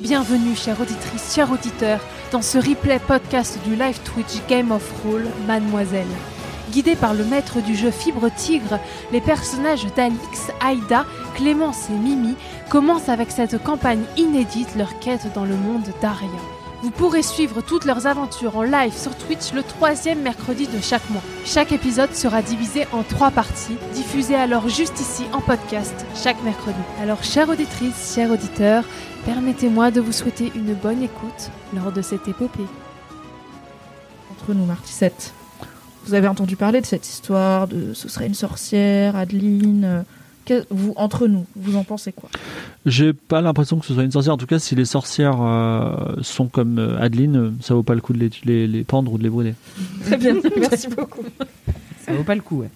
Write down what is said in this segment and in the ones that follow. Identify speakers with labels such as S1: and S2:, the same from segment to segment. S1: Bienvenue, chères auditrices, chers auditeurs, dans ce replay podcast du live Twitch Game of Roll Mademoiselle. Guidés par le maître du jeu Fibre Tigre, les personnages d'Alix, Aïda, Clémence et Mimi commencent avec cette campagne inédite leur quête dans le monde d'Aria. Vous pourrez suivre toutes leurs aventures en live sur Twitch le troisième mercredi de chaque mois. Chaque épisode sera divisé en trois parties, diffusées alors juste ici en podcast chaque mercredi. Alors, chères auditrices, chers auditeurs, Permettez-moi de vous souhaiter une bonne écoute lors de cette épopée.
S2: entre nous, Martissette. Vous avez entendu parler de cette histoire, de ce serait une sorcière, Adeline. euh, que- vous, entre nous, vous en pensez quoi
S3: J'ai pas l'impression que ce soit une sorcière. En tout cas, si les sorcières euh, sont comme euh, Adeline, euh, ça vaut pas le coup de les, les- les pendre ou de les brûler.
S4: Très bien, merci beaucoup.
S5: Ça vaut pas le coup, ouais.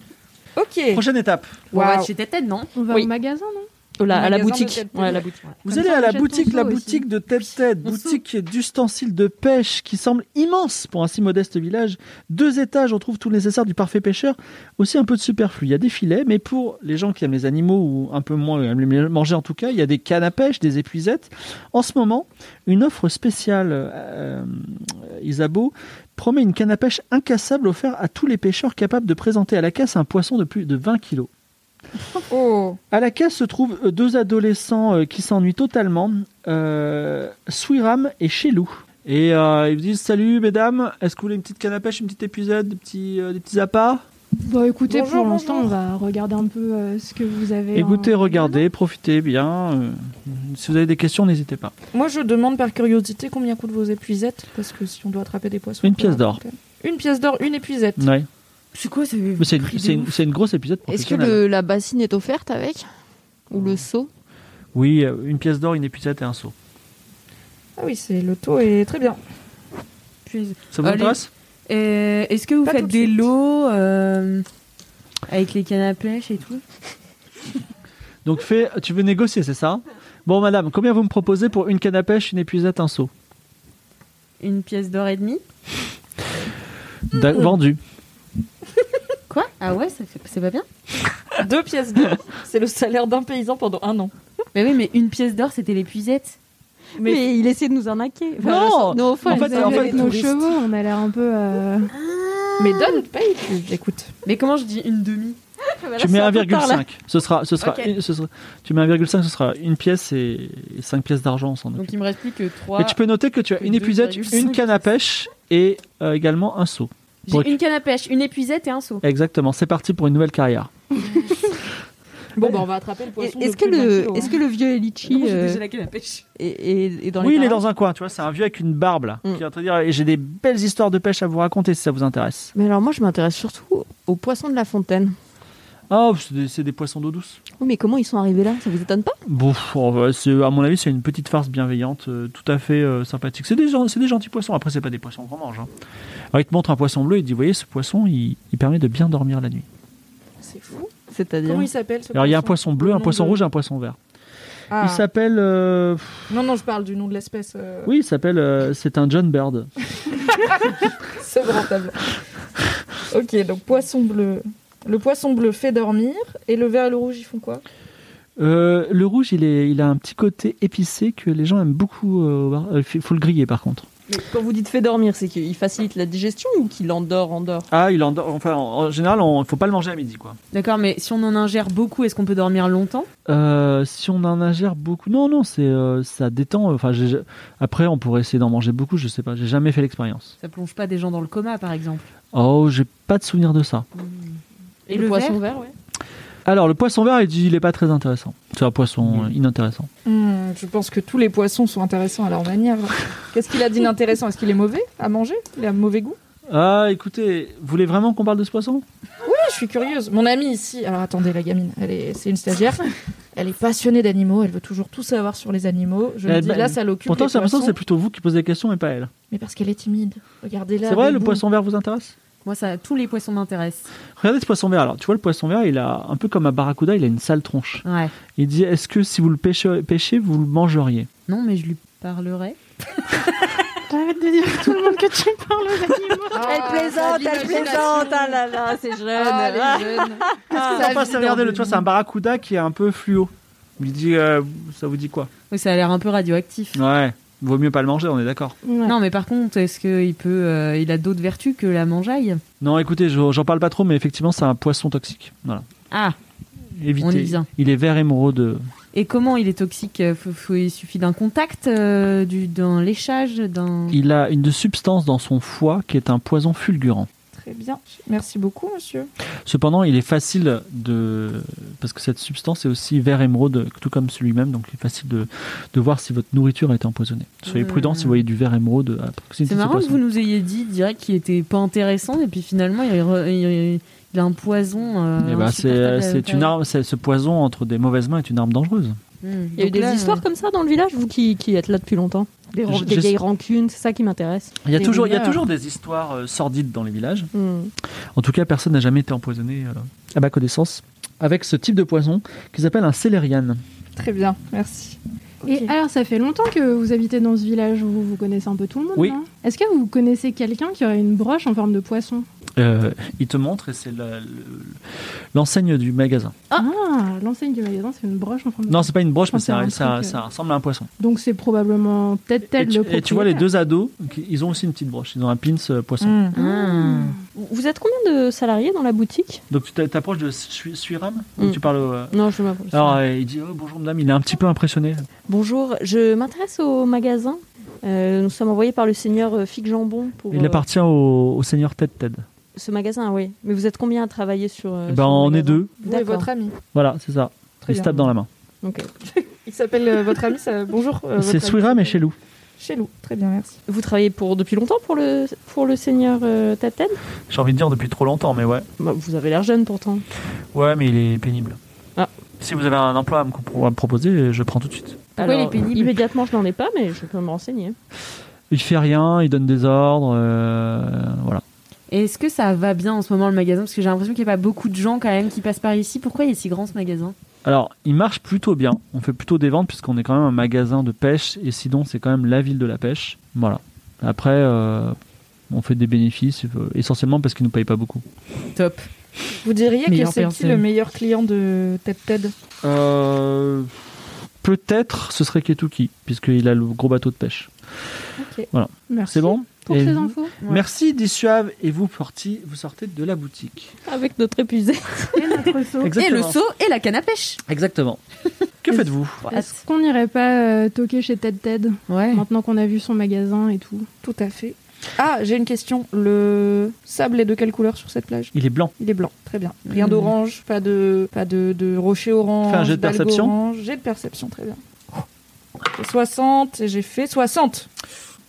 S4: Ok.
S3: Prochaine étape.
S4: Wow.
S5: On va chez Tétène, non
S1: On va
S4: Oui.
S1: au magasin, non
S4: Là, à la
S5: Magasin de
S4: boutique.
S5: Tétène.
S4: Ouais, à la boutique. ouais.
S3: Vous
S1: Comme
S3: allez
S1: ça, on
S3: à la
S1: achète
S3: boutique,
S1: ton
S3: la
S1: seau
S3: boutique de Tête-Tête, boutique d'ustensiles de pêche qui semble immense pour un si modeste village. Deux étages, on trouve tout le nécessaire du parfait pêcheur, aussi un peu de superflu. Il y a des filets, mais pour les gens qui aiment les animaux ou un peu moins aiment les manger en tout cas, il y a des cannes à pêche, des épuisettes. En ce moment, une offre spéciale, euh, euh, Isabeau, promet une canne à pêche incassable offerte à tous les pêcheurs capables de présenter à la casse un poisson de plus de 20 kilos.
S2: Oh
S3: À la case se trouvent euh, deux adolescents euh, qui s'ennuient totalement, euh, Swiram et Chelou. Et euh, ils vous disent Salut mesdames, est-ce que vous voulez une petite canne à pêche, une petite épuisette, des petits, euh, des petits appâts
S6: Bon, écoutez,
S2: Bonjour,
S6: pour l'instant, on
S2: bonjour.
S6: va regarder un peu euh, ce que vous avez.
S3: Écoutez,
S6: en-
S3: regardez, profitez bien. euh, si vous avez des questions, n'hésitez pas.
S2: Moi, je demande par curiosité combien coûtent vos épuisettes, parce que si on doit attraper des poissons.
S3: Une
S2: on peut
S3: pièce
S2: raconter.
S3: d'or.
S2: Une pièce d'or, une épuisette.
S3: Ouais.
S7: C'est quoi ce
S3: Mais C'est une,
S7: prix de
S3: c'est une-
S7: ouf
S3: c'est une grosse épuisette
S8: Est-ce que
S3: professionnelle.
S8: le- la bassine est offerte avec Ou le seau
S3: Oui, euh, une pièce d'or, une épuisette et un seau.
S2: Ah oui, c'est le taux est très bien.
S7: Punaise.
S3: Ça vous
S7: Allez.
S3: intéresse
S7: Euh, Est-ce que vous
S2: Pas tout
S7: faites
S2: de
S7: des
S2: suite.
S7: lots euh, avec les cannes à pêche et tout
S3: Donc fais, tu veux négocier, c'est ça Bon madame, combien vous me proposez pour une canne à pêche, une épuisette, un seau
S7: Une pièce d'or et demie
S3: D'a- Vendu.
S7: Quoi Ah ouais, ça fait- c'est pas bien
S2: Deux pièces d'or, c'est le salaire d'un paysan pendant un an.
S7: Mais oui, mais une pièce d'or, c'était l'épuisette.
S4: Mais-
S8: mais... il essaie de nous arnaquer.
S3: Non
S8: non,
S3: En fait,
S6: Vous avez
S3: en fait,
S6: avec nos
S2: touriste.
S6: chevaux, on a l'air un peu. euh,
S2: Mais donne, paye, tu- j'écoute.
S7: Mais comment je dis une demi
S3: Tu mets 1,5. Ce sera, ce sera,
S7: Ok.
S3: une- ce sera- tu mets 1,5, ce sera une pièce et 5 pièces d'argent on s'en occupe.
S7: Donc il me reste plus que trois.
S3: Mais tu peux noter que tu as une épuisette,
S7: 2,5.
S3: une canne à pêche et euh, également un seau.
S7: J'ai
S3: Pour-
S7: une canne à pêche, une épuisette et un seau.
S3: Exactement, c'est parti pour une nouvelle carrière.
S2: Bon, bah, on va attraper le poisson. Oh.
S8: Est-ce que, le, est que le vieux Elichi euh,
S7: la canne à pêche.
S8: est, est- est dans les
S3: oui, il est
S8: parages
S3: dans un coin, tu vois, c'est un vieux avec une barbe là,
S8: Mm.
S3: qui est en train de dire j'ai des belles histoires de pêche à vous raconter si ça vous intéresse.
S8: Mais alors, moi, je m'intéresse surtout aux poissons de la fontaine.
S3: Oh, c'est des, c'est des poissons d'eau douce.
S8: Oui, mais comment ils sont arrivés là Ça vous étonne pas
S3: Bon, pff, on va- c'est- à mon avis, c'est une petite farce bienveillante, euh, tout à fait euh, sympathique. C'est des, gen- c'est des gentils poissons. Après, c'est pas des poissons qu'on mange. hein. Alors, il te montre un poisson bleu. Il te dit, vous voyez, ce poisson, il, il permet de bien dormir la nuit.
S2: C'est fou.
S8: C'est-à-dire
S2: Comment il s'appelle ce
S3: Alors, il y a un poisson bleu, un
S2: Nom
S3: poisson
S2: de-
S3: rouge, et un poisson vert.
S2: Ah.
S3: Il s'appelle. euh, pff,
S2: Non, non, je parle du nom de l'espèce. euh,
S3: oui, il s'appelle. euh, c'est un John Bird.
S2: C'est rentable. ok, donc poisson bleu. Le poisson bleu fait dormir et le vert et le rouge ils font quoi
S3: Euh, le rouge, il, est, il a un petit côté épicé que les gens aiment beaucoup. euh, au bar- euh, Il faut le griller, par contre.
S8: Mais Quand vous dites fait dormir, c'est qu'il facilite la digestion ou qu'il endort, endort
S3: Ah, il en, enfin, en en général, il faut pas le manger à midi, quoi.
S7: D'accord, mais si on en ingère beaucoup, est-ce qu'on peut dormir longtemps
S3: Euh, si on en ingère beaucoup, non, non, c'est euh, ça détend. Enfin, j'ai- après, on pourrait essayer d'en manger beaucoup. Je sais pas, j'ai jamais fait l'expérience.
S7: Ça plonge pas des gens dans le coma, par exemple.
S3: Oh, j'ai pas de souvenir de ça.
S7: Et le
S8: poisson
S7: verre
S8: vert, ouais.
S3: Alors, le poisson vert, il, il est pas très intéressant. C'est un poisson euh, inintéressant.
S2: Hmm, Je pense que tous les poissons sont intéressants à leur manière. Qu'est-ce qu'il a d'inintéressant Est-ce qu'il est mauvais à manger Il a mauvais goût
S3: Ah, écoutez, vous voulez vraiment qu'on parle de ce poisson
S2: Ouais, Ah, je suis curieuse. Mon amie ici, alors attendez, la gamine, elle est, c'est une stagiaire. Elle est passionnée d'animaux, elle veut toujours tout savoir sur les animaux. Je
S3: Eh
S2: le dis,
S3: ben,
S2: là, ça l'occupe.
S3: Pourtant,
S2: les
S3: j'ai l'impression que
S2: poissons.
S3: c'est plutôt vous qui posez des questions et pas elle.
S2: Mais parce qu'elle est timide. Regardez-la.
S3: C'est vrai,
S2: elle
S3: le
S2: bouge.
S3: poisson vert vous intéresse
S7: Moi, ça, tous les poissons m'intéressent.
S3: Regardez ce poisson vert. Alors, tu vois, le poisson vert, il a un peu comme un barracuda, il a une sale tronche.
S7: Ouais.
S3: Il dit Est-ce que si vous le pêchez, pêchez, vous le mangeriez
S7: Non, mais je lui parlerai.
S1: Arrête de dire à tout le monde que tu parles aux animaux.
S8: Ah, elle plaisante, elle plaisante. Ah là là, c'est jeune. Ah,
S3: Ah, enfin, c'est- regardez, le, tu vois, c'est un barracuda qui est un peu fluo. Il dit euh, Ça vous dit quoi
S7: Oui, ça a l'air un peu radioactif.
S3: Ouais, vaut mieux pas le manger, on est d'accord.
S1: Ouais.
S7: Non, mais par contre, est-ce qu'il peut, euh, il a d'autres vertus que la mangeaille
S3: Non, écoutez, je- j'en parle pas trop, mais effectivement, c'est un poisson toxique. Voilà.
S7: Ah,
S3: Évitez.
S7: On y vient.
S3: Il est vert émeraude.
S7: et comment il est toxique Euh, Faut- faut- Il suffit d'un contact, euh, du- d'un léchage, d'un.
S3: Il a une substance dans son foie qui est un poison fulgurant.
S2: Très bien. Merci beaucoup, monsieur.
S3: Cependant, il est facile de. Parce que cette substance est aussi vert émeraude, tout comme celui-même, donc il est facile de, de voir si votre nourriture est empoisonnée. Soyez
S7: Mmh.
S3: prudent si vous voyez du vert émeraude à proximité
S7: C'est
S3: de ce
S7: marrant que
S3: poisson.
S7: vous nous ayez dit direct qu'il était pas intéressant et puis finalement il, re- il- il a un poison. euh,
S3: Eh ben, c'est euh,
S7: insupportable à
S3: c'est une
S7: l'intérieur.
S3: arme, c'est- ce poison entre des mauvaises mains est une arme dangereuse.
S7: Hmm.
S8: Il y a eu
S7: Donc
S8: des
S7: là,
S8: histoires
S7: euh,
S8: comme ça dans le village, vous qui, qui êtes là depuis longtemps. Des, ran-
S3: Je-
S8: des
S3: je-
S8: vieilles rancunes, c'est ça qui m'intéresse.
S3: Il y a
S8: Des
S3: toujours, il y a
S8: rumeurs.
S3: toujours des histoires euh, sordides dans les villages.
S8: Hmm.
S3: En tout cas, personne n'a jamais été empoisonné euh, à ma connaissance avec ce type de poison qu'ils appellent un célériane.
S2: Très bien. Merci.
S1: Et alors, ça fait longtemps que vous habitez dans ce village où vous connaissez un peu tout le monde.
S3: Oui.
S1: non Est-ce que vous connaissez quelqu'un qui aurait une broche en forme de poisson
S3: Euh, il te montre et c'est la- le- l'enseigne du magasin.
S1: Ah, l'enseigne du magasin, c'est une broche en forme de
S3: Non, Ah, c'est pas une broche,
S1: Je
S3: mais
S1: pensais à
S3: ça,
S1: un
S3: ça,
S1: truc, euh.
S3: ça ressemble à un poisson.
S1: Donc c'est probablement peut-être
S3: Et
S1: tel
S3: tu,
S1: le
S3: et tu vois les
S1: propriétaire.
S3: deux ados, qui- ils ont aussi une petite broche. Ils ont un pins euh, poisson.
S7: hmm.
S8: Vous vous êtes combien de salariés dans la boutique
S3: Donc tu t'a- t'approches de Su- Suiram ou
S8: Mm.
S3: tu parles. au, euh,
S8: Non, je m'approche.
S3: Alors euh, il dit oh, bonjour madame. Il est un petit peu impressionné.
S8: Bonjour, je m'intéresse au magasin. Euh, nous sommes envoyés par le seigneur euh, Fig Jambon pour
S3: Il
S8: euh,
S3: appartient au, au seigneur Ted Ted.
S8: ce magasin, oui. Mais vous êtes combien à travailler sur. euh,
S3: Eh
S8: sur
S3: ben
S8: le
S3: on est
S8: magasin
S3: deux.
S2: Vous et
S8: D'accord.
S2: votre ami.
S3: Voilà, c'est ça.
S2: Très
S3: il se
S2: bien.
S3: tape dans la main.
S8: Ok.
S2: Il s'appelle euh, votre ami. Ça... Bonjour. euh, votre
S3: C'est
S2: ami.
S3: Suiram et Chelou.
S2: Chez nous. Très bien, merci.
S8: Vous travaillez pour, depuis longtemps pour le, pour le seigneur euh, Taten
S3: J'ai envie de dire depuis trop longtemps, mais ouais.
S8: Bah, Vous avez l'air jeune pourtant.
S3: Ouais, mais il est pénible.
S8: Ah.
S3: Si vous avez un emploi à me, compro- à me proposer, je prends tout de suite.
S7: Pourquoi il est
S8: Alors,
S7: pénible
S8: Immédiatement, je n'en ai pas, mais je peux me renseigner.
S3: Il fait rien, il donne des ordres, euh, voilà.
S7: Et Est-ce que ça va bien en ce moment le magasin Parce que j'ai l'impression qu'il n'y a pas beaucoup de gens quand même qui passent par ici. Pourquoi il est si grand ce magasin
S3: Alors, il marche plutôt bien. On fait plutôt des ventes puisqu'on est quand même un magasin de pêche et Sidon, c'est quand même la ville de la pêche. Voilà. Après, euh, on fait des bénéfices euh, essentiellement parce qu'ils nous payent pas beaucoup.
S7: Top.
S2: Vous diriez que
S7: Meilleure
S2: c'est qui
S7: personne.
S2: le meilleur client de Ted Ted
S3: Euh, peut-être ce serait Ketuki puisqu'il a le gros bateau de pêche.
S1: Merci
S3: C'est bon
S1: Pour
S3: Et
S1: ces
S3: vous-
S1: infos.
S7: Ouais.
S3: Merci Dissuave et vous, sorti- vous sortez de la boutique.
S8: Avec notre épuisé.
S1: Et notre saut.
S7: Et le seau et la canne à pêche.
S3: Exactement. Que faites-vous
S1: Est-ce qu'on n'irait pas euh, toquer chez Ted Ted
S7: Ouais.
S1: maintenant qu'on a vu son magasin et tout
S2: Tout à fait. Ah, j'ai une question. Le sable est de quelle couleur sur cette plage
S3: Il est blanc.
S2: Il est blanc, très bien. Rien
S9: Hmm.
S7: Mm.
S2: d'orange, pas de pas de, de rocher orange.
S3: Fais un jet de
S2: d'algue
S3: perception.
S2: orange. J'ai de perception, très bien. J'ai 60 et j'ai fait 60.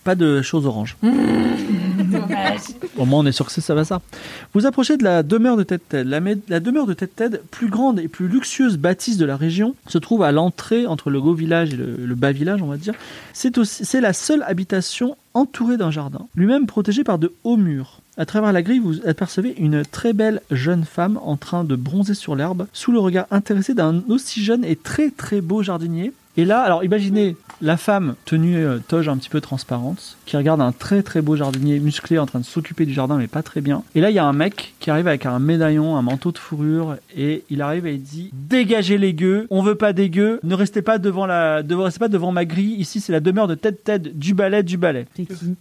S3: Pas de choses oranges. Au moins, on est sûr que c'est ça va ça. Vous approchez de la demeure de Ted Ted. La, mé- la demeure de Ted Ted, plus grande et plus luxueuse bâtisse de la région, se trouve à l'entrée entre le haut village et le, le bas village, on va dire. C'est aussi- c'est la seule habitation entourée d'un jardin, lui-même protégé par de hauts murs. À travers la grille, vous apercevez une très belle jeune femme en train de bronzer sur l'herbe, sous le regard intéressé d'un aussi jeune et très très beau jardinier. Et là, alors imaginez la femme tenue euh, toge un petit peu transparente, qui regarde un très très beau jardinier musclé en train de s'occuper du jardin, mais pas très bien. Et là, il y a un mec qui arrive avec un médaillon, un manteau de fourrure, et il arrive et il dit Dégagez les gueux, on veut pas des gueux, ne restez pas devant, la, devant- restez pas devant ma grille, ici c'est la demeure de Ted Ted, du balai, du balai.
S7: C'est qui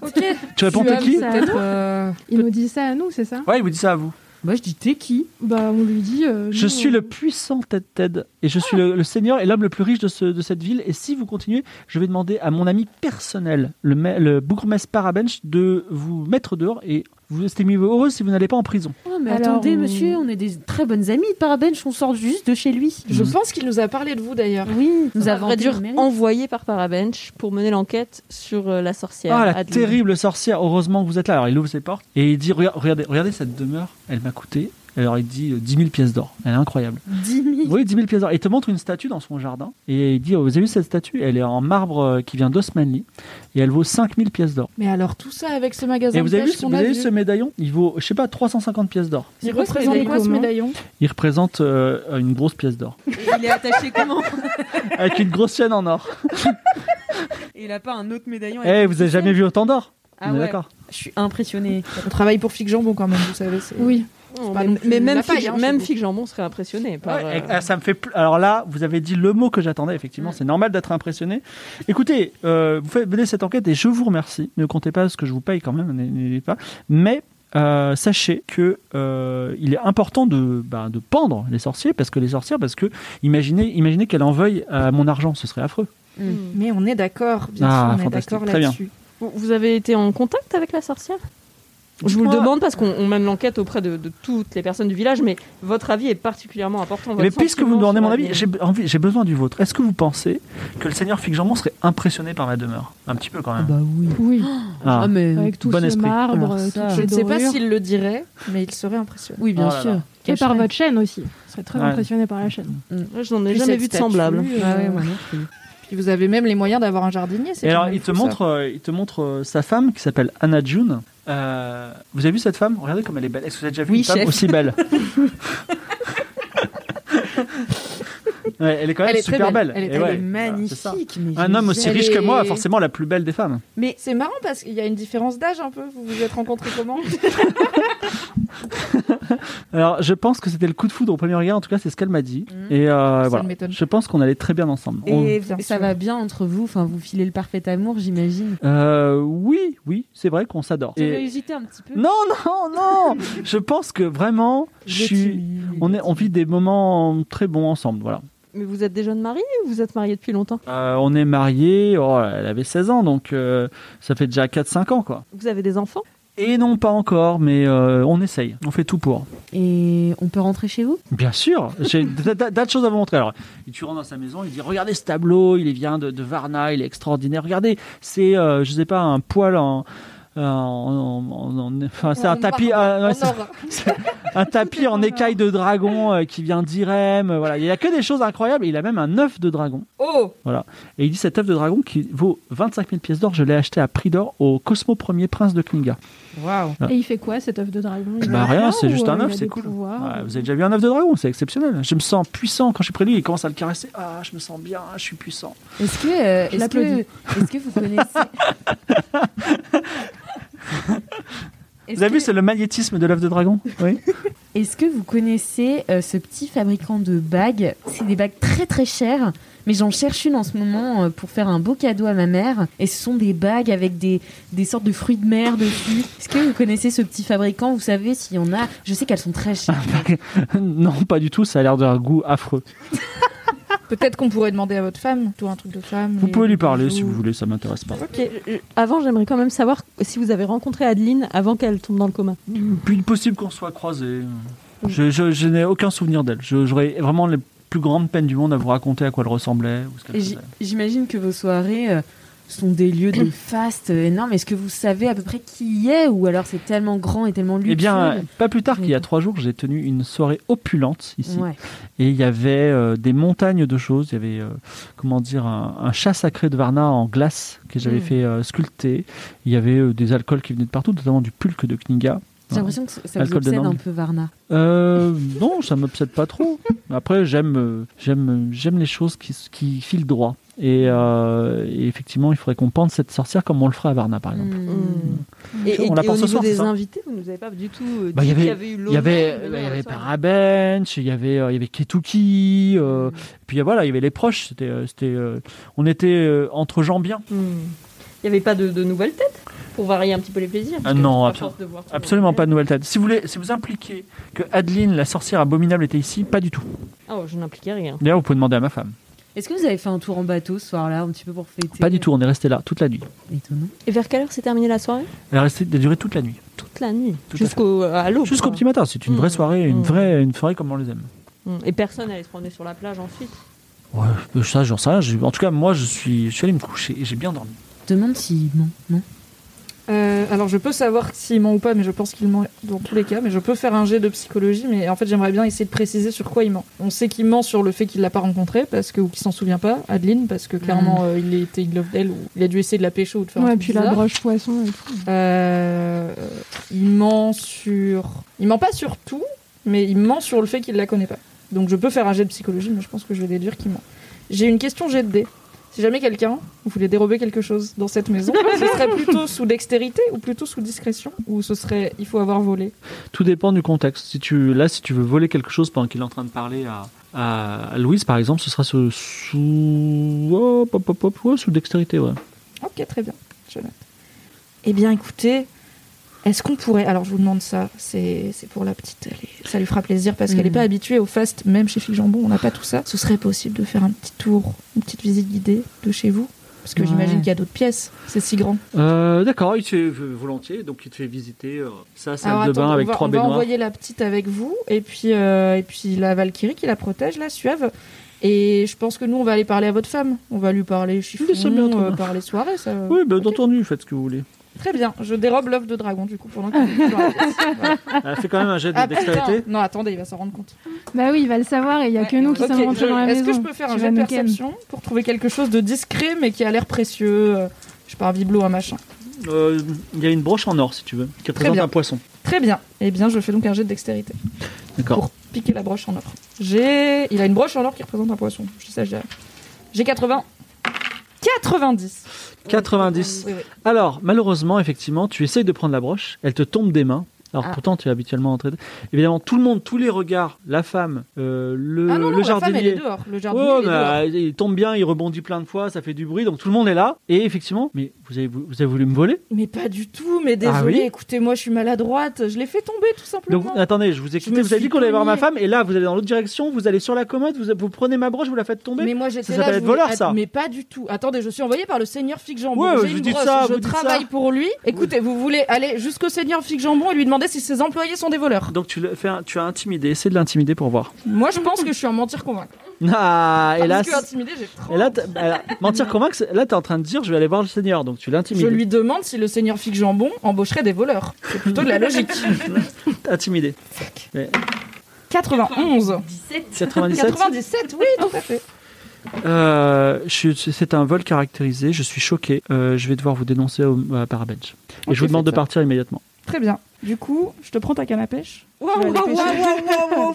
S2: Ok.
S3: Tu réponds t'es qui
S1: ça.
S2: Peut-être, euh,
S1: Il nous dit ça à nous, c'est ça
S3: Ouais, il vous dit ça à vous.
S7: Moi je dis t'es qui
S1: Bah on lui dit. euh,
S3: Je
S1: nous,
S3: suis
S1: on-
S3: le puissant Ted Ted et je suis le, le seigneur et l'homme le plus riche de, ce- de cette ville. Et si vous continuez, je vais demander à mon ami personnel, le, ma- le bourgmestre Parabench, de vous mettre dehors et Vous restez mieux heureux si vous n'allez pas en prison.
S7: Ouais, Oh, mais
S10: Alors,
S7: attendez,
S10: on-
S7: monsieur, on est des très bonnes amies. Parabench, on sort juste de chez lui.
S3: Je
S10: Je
S3: Mhm.
S10: pense qu'il nous a parlé de vous d'ailleurs.
S7: Oui, nous
S8: Ça
S7: avons
S8: aurait dû
S7: entendu, mais-
S8: envoyer par Parabench pour mener l'enquête sur euh, la sorcière.
S3: Ah, la
S8: Adeline.
S3: terrible sorcière, heureusement que vous êtes là. Alors il ouvre ses portes et il dit Rega- Regardez, regardez cette demeure, elle m'a coûté. Alors il dit euh, 10 000 pièces d'or, elle est incroyable.
S7: 10 000.
S3: Oui, 10 000 pièces d'or. Et il te montre une statue dans son jardin et il dit oh, Vous avez vu cette statue Elle est en marbre euh, qui vient d'Osmanli et elle vaut 5 000 pièces d'or.
S10: Mais alors tout ça avec ce magasin
S3: Et vous
S10: de
S3: avez vu,
S10: pêche
S3: ce-
S10: qu'on
S3: vous
S10: a
S3: avez vu
S10: vu.
S3: ce médaillon Il vaut, je sais pas, 350 pièces d'or.
S10: Il
S9: quoi ce
S10: représente
S9: médaillon
S10: quoi ce
S9: Comment
S10: médaillon
S3: Il représente euh, une grosse pièce d'or
S9: Il est attaché comment
S3: avec une grosse chaîne en or.
S9: Et il a pas un autre médaillon.
S3: Eh, vous avez jamais vu autant d'or
S9: Ah
S3: On est
S9: ouais.
S3: D'accord.
S7: Eh.
S9: Je suis impressionnée.
S11: On travaille pour Fig Jambon quand même, vous savez. c'est-
S10: Oui.
S8: Non, Oh,
S10: pas
S8: mais,
S10: non plus
S8: mais même,
S10: la paille,
S8: Fig-
S10: hein,
S8: même
S10: c'est-
S8: Fig Jambon serait impressionné par.
S3: Ouais,
S8: euh,
S3: eh, ça me fait pl- Alors là, vous avez dit le mot que j'attendais, effectivement.
S8: Mm.
S3: C'est normal d'être impressionné. Écoutez, euh, vous faites mener cette enquête et je vous remercie. Ne comptez pas ce que je vous paye quand même, n- n'hésitez pas. Mais euh, sachez que euh, il est important de, bah, de pendre les sorciers, parce que les sorcières, parce que imaginez, imaginez qu'elles en veuillent à mon argent, ce serait affreux.
S8: hmm.
S11: Mais on est d'accord, bien
S3: Ah,
S11: sûr, on est
S3: fantastique.
S11: d'accord
S3: Très bien.
S11: là-dessus.
S8: Vous- Vous avez été en contact avec la sorcière Je vous le
S3: Moi-
S8: demande parce qu'on on mène l'enquête auprès de, de toutes les personnes du village, mais votre avis est particulièrement important. votre
S3: Mais puisque vous me
S8: sentiment
S3: demandez
S8: sur hein.
S3: mon avis,
S8: l'avenir.
S3: j'ai envie- j'ai besoin du vôtre. Est-ce que vous pensez que le seigneur Figjambon serait impressionné par ma demeure Un petit peu quand même.
S9: bah oui.
S10: Oui.
S3: Ah.
S7: Ah, mais.
S10: Avec tout
S3: bon
S10: ce
S3: esprit.
S10: marbre,
S7: Alors
S10: euh,
S7: ça-
S10: toutes
S11: Je
S10: ces
S11: ne sais pas
S10: dorures.
S11: s'il le dirait, mais il serait impressionné.
S7: Oui, bien
S3: Oh là
S7: sûr.
S3: là.
S10: Et par
S11: Cacherait.
S10: votre chaîne aussi. Je serais très
S3: Ouais.
S10: impressionné par la chaîne.
S8: Moi, je n'en ai
S11: Puis
S8: jamais
S11: cette
S8: vu de
S11: statue,
S8: semblable.
S11: euh,
S7: Ah ouais, moi non plus.
S11: Puis vous avez même les moyens d'avoir un jardinier. c'est
S3: Et
S11: quand
S3: alors,
S11: même
S3: il te,
S11: fou, ça.
S3: montre, euh, il te montre euh, sa femme qui s'appelle Anna June. Euh, vous avez vu cette femme Regardez comme elle est belle. Est-ce que vous avez déjà vu
S9: Oui,
S3: une femme
S9: chef.
S3: aussi belle Ouais, Elle est quand même
S11: Elle est très
S3: super
S11: belle.
S3: belle.
S11: Elle est
S3: Et
S11: très
S3: ouais,
S11: belle.
S9: Elle est
S3: voilà, c'est ça.
S9: magnifique. mais
S3: Un homme aussi
S11: Elle
S3: riche que moi,
S11: est-
S3: forcément la plus belle des femmes.
S11: C'est marrant parce qu'il y a une différence d'âge un peu. Vous vous êtes rencontrés comment
S3: Alors, je pense que c'était le coup de foudre au premier regard. En tout cas, c'est ce qu'elle m'a dit. Et euh,
S11: Mm. Ça ne
S3: voilà.
S11: m'étonne pas.
S3: Je pense qu'on allait très bien ensemble. On-
S9: Et
S11: Bien
S7: Ça
S11: sûr.
S7: va bien entre vous, enfin, vous filez le parfait amour, j'imagine.
S3: Euh, oui, oui, c'est vrai qu'on s'adore. Et-
S7: hésité un petit peu.
S3: Non, non, non Je pense que vraiment, je suis... on, est, on vit des moments très bons ensemble. Voilà.
S8: Mais vous êtes des jeunes mariés ou vous êtes mariés depuis longtemps
S3: Euh, on est mariés, oh, elle avait 16 ans, donc euh, ça fait déjà 4-5 ans, quoi.
S8: Vous avez des enfants
S3: Et non, pas encore, mais euh, on essaye, on fait tout pour.
S7: Et on peut rentrer chez vous
S3: Bien sûr, j'ai da- da- tas de choses à vous montrer. Alors, il- tu rentres dans sa maison, il dit Regardez ce tableau, il vient de, de Varna, il est extraordinaire. Regardez, c'est, euh, je sais pas, un poil en. en- en- en- enfin, c'est un
S11: En
S3: tapis,
S11: marbre,
S3: un, ouais,
S11: en
S3: c'est-
S11: or.
S3: c'est un tapis en écaille de dragon euh, qui vient d'Irem. euh, Voilà, il y a que des choses incroyables. Il a même un œuf de dragon.
S11: Oh
S3: Et il dit cette œuvre de dragon qui vaut 25 000 pièces d'or, je l'ai achetée à prix d'or au Cosmo Premier Prince de Klinga.
S9: Waouh.
S3: Ah.
S10: Et il fait quoi cette œuf de dragon Il
S3: Bah,
S10: a
S3: rien,
S10: un
S3: c'est
S10: ou,
S3: juste un
S10: euh, il a
S3: œuf, c'est
S10: des
S3: cool.
S10: pouvoirs,
S3: Ouais,
S10: ou-
S3: vous avez déjà vu un œuf de dragon, c'est exceptionnel. Je me sens puissant quand je suis près de lui, il commence à le caresser. Ah, je me sens bien, je suis puissant.
S7: Est-ce que, euh, est-ce que,
S10: l'applaudis.
S7: est-ce que vous connaissez. Est-ce
S3: Vous avez
S7: que-
S3: vu, c'est le magnétisme de l'œuf de dragon Oui.
S7: Est-ce que vous connaissez euh, ce petit fabricant de bagues C'est des bagues très très chères, mais j'en cherche une en ce moment euh, pour faire un beau cadeau à ma mère. Et ce sont des bagues avec des, des sortes de fruits de mer dessus. Est-ce que vous connaissez ce petit fabricant Vous savez s'il y en a Je sais qu'elles sont très chères.
S3: non, pas du tout, ça a l'air d'un goût affreux.
S11: Peut-être qu'on pourrait demander à votre femme, tout un truc de femme.
S3: Vous
S11: les-
S3: pouvez lui
S11: les
S3: parler
S11: bijoux.
S3: si vous voulez, ça m'intéresse pas.
S8: Ok. Avant, j'aimerais quand même savoir si vous avez rencontré Adeline avant qu'elle tombe dans le coma.
S3: Puis possible qu'on soit croisés. Je, je- je n'ai aucun souvenir d'elle. Je- J'aurais vraiment les plus grandes peines du monde à vous raconter à quoi elle ressemblait ou ce qu'elle
S7: Et
S3: faisait.
S7: j- J'imagine que vos soirées euh, sont des lieux de faste euh, énormes. Est-ce que vous savez à peu près qui y est Ou alors c'est tellement grand et tellement luxueux
S3: Eh bien, pas plus tard
S7: Oui.
S3: qu'il y a trois jours, j'ai tenu une soirée opulente ici.
S7: Ouais.
S3: Et il y avait euh, des montagnes de choses. Il y avait, euh, comment dire, un, un chat sacré de Varna en glace que j'avais
S7: Mm.
S3: fait euh, sculpter. Il y avait euh, des alcools qui venaient de partout, notamment du pulque de Kninga.
S7: J'ai l'impression que ça vous
S3: Alcool de
S7: obsède un
S3: Nantes.
S7: peu, Varna.
S3: Euh, non, ça m'obsède pas trop. Après, j'aime, euh, j'aime, j'aime les choses qui, s- qui filent droit. Et, euh, et effectivement, il faudrait qu'on pende cette sorcière comme on le ferait à Varna, par exemple.
S7: Hmm.
S8: Et,
S3: On
S8: et-
S3: l'a
S8: et
S3: pas
S8: au
S3: ce
S8: niveau
S3: soir, c'est
S8: des
S3: ça
S8: invités, vous nous avez pas du tout euh,
S3: Bah,
S8: dit
S3: il y
S8: qu'il
S3: avait-
S8: y avait eu
S3: Il y avait,
S8: l'honneur de
S3: bah, il y
S8: venir
S3: avait
S8: le soir.
S3: Parabench, il y avait, euh, il y avait Ketuki, euh, puis euh, voilà, il y avait les proches. C'était, euh, c'était, euh, on était euh, entre gens bien.
S8: Hmm. Il n'y avait pas de, de nouvelles têtes pour varier un petit peu les plaisirs. parce
S3: Ah
S8: que
S3: non,
S8: à
S3: absolu-
S8: force de voir tout le monde.
S3: Absolument pas de nouvelle tête. Si vous voulez, si vous impliquez que Adeline, la sorcière abominable, était ici, pas du tout.
S8: Ah, oh, je n'impliquais rien.
S3: D'ailleurs, vous pouvez demander à ma femme.
S7: Est-ce que vous avez fait un tour en bateau ce soir-là, un petit peu pour fêter
S3: Pas du tout, on est resté là toute la nuit.
S7: Étonnant.
S8: Et vers quelle heure s'est terminée la soirée
S3: Elle a resté, elle a duré toute la nuit.
S8: Toute la nuit.
S3: Tout à
S8: Jusqu'au euh, à l'aube.
S3: Jusqu'au
S8: quoi.
S3: petit matin, c'est une vraie soirée, une vraie, une soirée comme on les aime.
S8: Mm. Et personne n'allait se promener sur la plage ensuite.
S3: Ouais, euh, ça, j'en sais rien. J'ai- En tout cas, moi, je suis, je suis allé me coucher et j'ai bien dormi.
S7: Demande s'il ment, non
S2: Euh, alors je peux savoir s'il ment ou pas, mais je pense qu'il ment dans tous les cas. Mais je peux faire un jet de psychologie, mais en fait j'aimerais bien essayer de préciser sur quoi il ment. On sait qu'il ment sur le fait qu'il l'a pas rencontré parce que ou qu'il s'en souvient pas, Adeline, parce que clairement
S10: Mm.
S2: euh, il était in love d'elle ou il a dû essayer de la pêcher ou de faire. un
S10: Ouais,
S2: truc
S10: puis la
S2: bizarre.
S10: broche poisson et tout.
S2: Euh, il ment sur. Il ment pas sur tout, mais il ment sur le fait qu'il la connaît pas. Donc je peux faire un jet de psychologie, mais je pense que je vais déduire qu'il ment. J'ai une question jet de dés. Si jamais quelqu'un voulait dérober quelque chose dans cette maison, ce serait plutôt sous dextérité ou plutôt sous discrétion Ou ce serait il faut avoir volé
S3: Tout dépend du contexte. Si tu, là, si tu veux voler quelque chose pendant qu'il est en train de parler à, à- à Louise, par exemple, ce sera sous, sous, oh, hop, hop, hop, hop, ouais, sous dextérité, ouais.
S2: Ok, très bien. Je note. Eh bien, écoutez, est-ce qu'on pourrait. Alors, je vous demande ça, c'est c'est pour la petite. elle est- Ça lui fera plaisir parce qu'elle n'est
S11: Mhm.
S2: pas habituée au fast, même chez Fille Jambon, on n'a pas tout ça. Ce serait possible de faire un petit tour, une petite visite guidée de chez vous Parce que
S3: Ouais.
S2: j'imagine qu'il y a d'autres pièces, c'est si grand.
S3: Euh, D'accord, il te fait euh, volontiers, donc il te fait visiter euh, sa salle
S2: Alors,
S3: de
S2: attendez,
S3: bain avec
S2: on va,
S3: trois
S2: on va
S3: baignoires.
S2: envoyer la petite avec vous, et puis, euh, et puis la Valkyrie qui la protège, la Suave. Et je pense que nous, on va aller parler à votre femme. On va lui parler chiffon,
S3: ça me vient, très
S2: euh,
S3: bien.
S2: parler soirée. Ça...
S3: Oui, bien entendu, faites ce que vous voulez.
S2: Très bien, je dérobe l'œuf de dragon du coup pendant que vous parlez.
S3: Elle fait quand même un jet de
S2: Ah,
S3: dextérité.
S2: putain. Non, attendez, il va s'en rendre compte.
S10: Bah oui, il va le savoir et il y a que nous qui
S2: Ok,
S10: sommes rentrés
S2: je-
S10: dans la maison.
S2: Est-ce que je peux faire un
S10: Tu
S2: jet de
S10: vas nous ken.
S2: perception pour trouver quelque chose de discret mais qui a l'air précieux euh, Je pars bibelot, un machin.
S3: Euh, Il y a une broche en or, si tu veux, qui représente
S2: bien.
S3: un poisson.
S2: Très bien. Eh bien, je fais donc un jet de dextérité.
S3: D'accord.
S2: Piquer la broche en or. J'ai. Il a une broche en or qui représente un poisson. Je sais, j'ai. J'ai 80. 90.
S3: 90.
S2: Oui, oui.
S3: Alors, malheureusement, effectivement, tu essayes de prendre la broche, elle te tombe des mains. Alors
S2: Ah.
S3: pourtant, tu es habituellement entré. Évidemment, tout le monde, tous les regards, la femme, euh, le,
S2: Ah non, non,
S3: le
S2: la femme,
S3: jardinier.
S2: elle est dehors. Le jardinier,
S3: Ouais,
S2: il est
S3: mais,
S2: dehors.
S3: euh, il tombe bien, il rebondit plein de fois, ça fait du bruit, donc tout le monde est là. Et effectivement, mais vous avez, vous avez voulu me voler
S2: Mais pas du tout, mais désolé,
S3: Ah oui
S2: écoutez-moi, je suis maladroite. Je l'ai fait tomber tout simplement.
S3: Donc euh, attendez, je vous ai quitté, vous avez dit qu'on allait voir ma femme, et là vous allez dans l'autre direction, vous allez sur la commode, vous, vous prenez ma broche, vous la faites tomber.
S2: Mais moi
S3: ça
S2: j'étais là.
S3: s'appelle
S2: je
S3: être
S2: voulais-
S3: voleur ça.
S2: att- Mais pas du tout. Attendez, je suis envoyé par le seigneur Fig Jambon.
S3: Ouais,
S2: J'ai
S3: vous
S2: une
S3: dites
S2: broche,
S3: ça,
S2: je
S3: vous dites
S2: travaille
S3: ça.
S2: pour lui. Écoutez, vous voulez aller jusqu'au seigneur Fig Jambon et lui demander si ses employés sont des voleurs.
S3: Donc tu, le fais un- tu as intimidé, essaie de l'intimider pour voir.
S2: Moi je pense que je suis un mentir convaincu.
S3: Ah, et là,
S2: Parce que intimidé, j'ai
S3: et là, t'as- bah, là, mentir convaincre, c'est- là t'es en train de dire je vais aller voir le Seigneur, donc tu l'intimides.
S2: Je lui demande si le seigneur Fig Jambon embaucherait des voleurs. C'est plutôt de la logique.
S3: Intimidé. Mais-
S2: 91.
S3: 97.
S2: 97, oui, tout à fait.
S3: Euh, je suis- c'est un vol caractérisé, je suis choqué, Euh, je vais devoir vous dénoncer au, à Parabench. Et
S2: Ok,
S3: je vous demande de
S2: faites ça.
S3: partir immédiatement.
S2: Très bien. Du coup, je te prends ta canne à pêche. Tu vas
S10: Waouh,
S2: aller
S10: waouh,
S2: pêcher.
S10: waouh, waouh, waouh,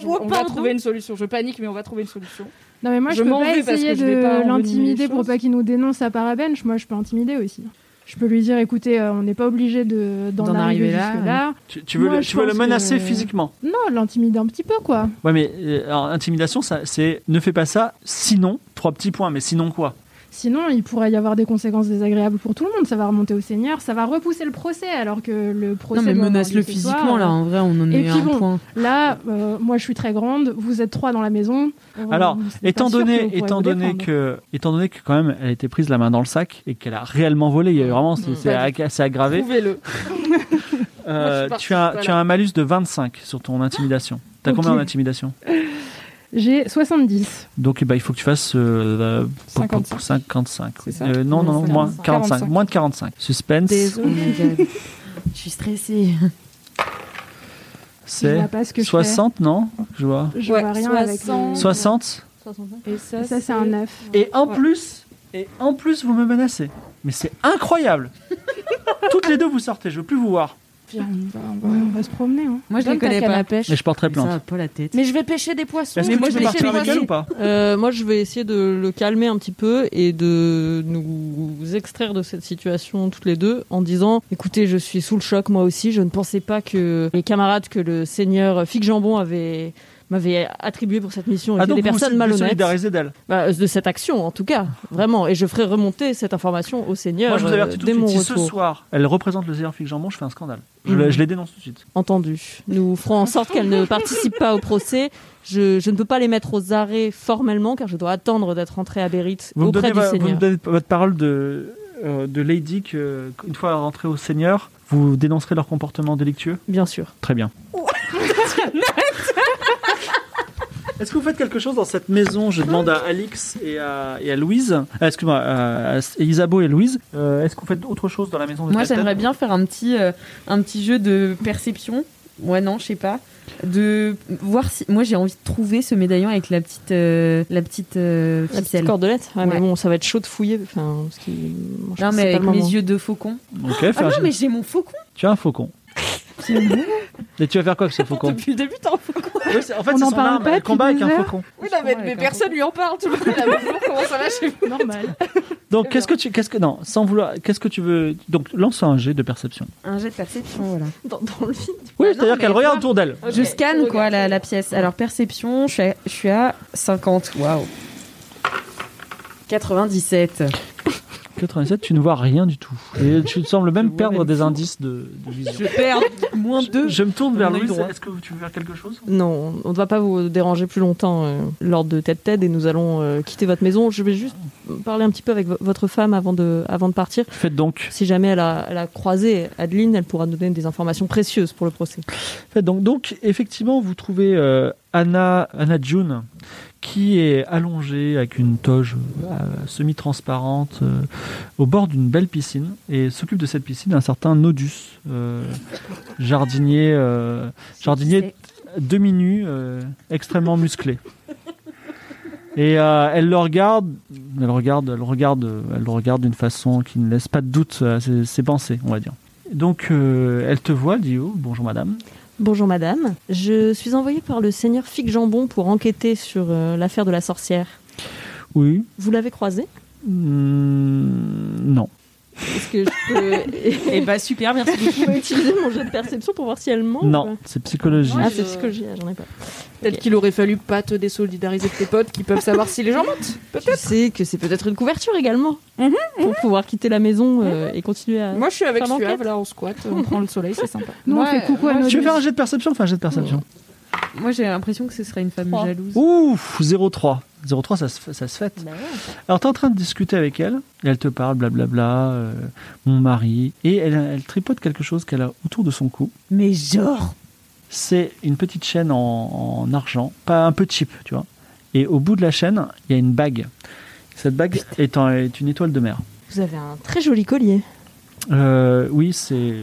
S2: Je-
S10: waouh,
S2: On va
S10: pardon.
S2: trouver une solution. Je panique, mais on va trouver une solution.
S10: Non mais moi je, peux
S2: m'en
S10: pas
S2: vais parce
S10: essayer
S2: que je vais pas
S10: de
S2: envenimer
S10: l'intimider
S2: les
S10: pour
S2: choses.
S10: pas qu'il nous dénonce à Parabench, moi je peux intimider aussi. Je peux lui dire écoutez, euh, on n'est pas obligé de- d'en
S7: D'en
S10: arriver,
S7: arriver là,
S10: jusque là.
S3: Tu, tu veux,
S10: Moi,
S3: le,
S10: je
S3: tu veux le
S10: pense
S3: menacer
S10: que-
S3: physiquement
S10: Non, l'intimider un petit peu quoi.
S3: Ouais, mais euh, alors, intimidation, ça, c'est ne fais pas ça, sinon, trois petits points, mais sinon quoi
S10: Sinon, il pourrait y avoir des conséquences désagréables pour tout le monde. Ça va remonter au Seigneur, ça va repousser le procès, alors que le procès.
S7: Non, mais
S10: doit avoir
S7: menace-le
S10: lieu ce soir.
S7: physiquement, là, en vrai, on en
S10: Et
S7: est à
S10: puis
S7: un
S10: bon,
S7: point.
S10: Là, euh, moi, je suis très grande. Vous êtes trois dans la maison. Euh,
S3: Alors,
S10: c'est pas
S3: étant
S10: sûr qu'on
S3: donné,
S10: pourrait
S3: étant
S10: vous
S3: donné
S10: défendre.
S3: que, étant donné que quand même, elle a été prise la main dans le sac et qu'elle a réellement volé, il y a eu vraiment,
S10: Mm.
S3: c'est c'est
S2: Pas
S3: ag- c'est aggravé.
S2: Trouvez-le.
S3: Euh,
S2: Moi, je suis partie,
S3: tu as,
S2: voilà.
S3: tu as un malus de 25 sur ton intimidation. T'as
S10: Ok.
S3: combien en intimidation
S10: J'ai 70.
S3: Donc, eh ben, il faut que tu fasses euh, la-
S10: 55.
S3: 55. oui.
S10: ça
S3: Euh, non, non, non, moins 45.
S7: 45.
S3: Moins de 45. Suspense.
S7: Oh my God. Je suis stressée.
S3: C'est
S7: Je vois pas ce que je
S3: 60, non Je vois.
S10: Je vois rien avec le-
S3: 60
S10: Et ça, c'est un 9.
S3: Et en plus, et en plus, vous me menacez. Mais c'est incroyable. Toutes les deux, vous sortez. Je veux plus vous voir.
S2: Viens, on va- on va-
S10: Ouais, on va se promener. Hein.
S7: Moi, je
S2: Donne
S7: les
S2: ta
S7: connais
S2: canne
S7: pas.
S2: à pêche.
S3: Mais je porterai plainte.
S7: Ça, pas la tête.
S2: Mais je vais pêcher des poissons.
S3: Est-ce que
S2: Moi,
S3: tu
S2: je
S3: veux
S2: vais
S3: partir
S2: pêcher
S3: avec
S2: des
S3: elle ou
S2: poissons.
S3: pas
S8: Euh, moi, je vais essayer de le calmer un petit peu et de nous extraire de cette situation toutes les deux en disant Écoutez, je suis sous le choc moi aussi. Je ne pensais pas que les camarades que le seigneur Fig Jambon avait m'avait attribué pour cette mission. Et
S3: Ah,
S8: c'est
S3: donc
S8: des
S3: vous
S8: personnes
S3: vous
S8: malhonnêtes.
S3: solidarisez d'elle.
S8: Bah, euh, de cette action, en tout cas, vraiment. Et je ferai remonter cette information au Seigneur
S3: Moi, je vous
S8: euh,
S3: avertis tout de
S8: dès mon
S3: suite. Si
S8: retour.
S3: ce soir, elle représente le Zéorphique Jambon, je fais un scandale. Je,
S8: Mhm.
S3: la- je les dénonce tout de suite.
S8: Entendu. Nous ferons en sorte qu'elle ne participe pas au procès. Je, je ne peux pas les mettre aux arrêts formellement, car je dois attendre d'être entrée à Bérit
S3: Vous me,
S8: auprès
S3: donnez,
S8: du
S3: va- vous
S8: Seigneur.
S3: me donnez votre parole de, euh, de Lady que, une fois rentrée au Seigneur, vous dénoncerez leur comportement délictueux
S8: Bien sûr.
S3: Très bien. Est-ce que vous faites quelque chose dans cette maison Je demande à Alix et à, et à Louise. Ah, Excuse-moi, à, à Isabeau et Louise. Euh, Est-ce que vous faites autre chose dans la maison de
S7: Moi,
S3: Talton
S7: j'aimerais bien faire un petit, euh, un petit jeu de perception. Ouais, non, je sais pas. De voir si. Moi, j'ai envie de trouver ce médaillon avec la petite, euh, la petite euh,
S8: La petite
S7: ficelle.
S8: cordelette Ouais,
S7: Ouais.
S8: mais bon, ça va être chaud de fouiller. Enfin, parce qu'il- moi, je
S7: Non,
S8: pense
S7: mais
S8: que c'est
S7: avec
S8: pas le
S7: mes
S8: moment.
S7: yeux de faucon.
S3: Ok,
S7: ah
S3: faire
S7: non,
S3: un-
S7: mais j'ai mon faucon.
S3: Tu as un faucon.
S7: C'est bon.
S3: Et tu vas faire quoi avec ce faucon
S7: Depuis le début, t'as un faucon.
S3: Oui, c'est- en fait, On c'est en son parle arme, pas elle depuis combat avec des un heures. faucon.
S2: Oui, non, mais, mais personne lui en parle. Tout le monde est là, bonjour, comment ça va chez vous Normal.
S3: Donc, qu'est-ce que tu. Qu'est-ce que. Non, sans vouloir. Qu'est-ce que tu veux. Donc, lance un jet de perception.
S7: Un jet de perception, voilà.
S8: Dans, le film.
S3: Oui, c'est-à-dire qu'elle regarde autour d'elle.
S7: Je scanne quoi la, la pièce. Alors perception, je suis à, je suis à 50. Waouh. 97.
S3: 97, tu ne vois rien du tout. Et tu te sembles même perdre des indices de, de vision.
S8: Je perds moins deux.
S3: Je me tourne vers
S8: On a eu
S3: Louise.
S8: droit.
S3: Est-ce que tu veux faire quelque chose
S8: Non, on ne va pas vous déranger plus longtemps euh, lors de Ted Ted et nous allons euh, quitter votre maison. Je vais juste parler un petit peu avec vo- votre femme avant de, avant de partir.
S3: Faites donc.
S8: Si jamais elle a, elle a croisé Adeline, elle pourra nous donner des informations précieuses pour le procès.
S3: Fait, donc, donc, effectivement, vous trouvez euh, Anna, Anna June qui est allongée avec une toge euh, semi-transparente euh, au bord d'une belle piscine et s'occupe de cette piscine un certain Nodus, euh, jardinier, euh, jardinier demi-nu, euh, extrêmement musclé. Et euh, elle le regarde, elle le regarde, elle le regarde, euh, elle le regarde d'une façon qui ne laisse pas de doute à ses, ses pensées, on va dire. Donc euh, elle te voit, elle dit oh, bonjour madame.
S8: Bonjour madame, je suis envoyée par le seigneur Fig Jambon pour enquêter sur euh, l'affaire de la sorcière.
S3: Oui.
S8: Vous l'avez croisée
S3: Hmm, non.
S8: Est-ce que je peux...
S7: Eh bah super, merci
S8: beaucoup. Je peux utiliser mon jeu de perception pour voir si elle ment ou
S3: Non,
S8: pas
S3: c'est psychologie.
S8: Oh. Ah, c'est psychologie, ah, j'en ai pas.
S2: Peut-être qu'il aurait fallu pas te désolidariser de tes potes qui peuvent savoir si les gens mentent.
S8: Tu sais que c'est peut-être une couverture également pour pouvoir quitter la maison euh, et continuer à.
S2: Moi, je suis avec
S8: faire l'enquête.
S2: Suave, là, on squatte, on prend le soleil, c'est sympa.
S7: Nous, on fait coucou à
S3: Tu veux
S7: Nodus.
S3: faire un jet de perception Enfin, un jet de perception.
S7: Moi j'ai l'impression que ce serait une femme jalouse.
S3: Ouf, 03. 03, ça se, ça se fête.
S8: Bah
S3: Alors, t'es en train de discuter avec elle, et elle te parle, blablabla, euh, mon mari, et elle, elle tripote quelque chose qu'elle a autour de son cou.
S7: Mais genre
S3: C'est une petite chaîne en, en argent, pas un peu cheap, tu vois. Et au bout de la chaîne, il y a une bague. Cette bague est, en- est une étoile de mer.
S8: Vous avez un très joli collier.
S3: Euh, oui, c'est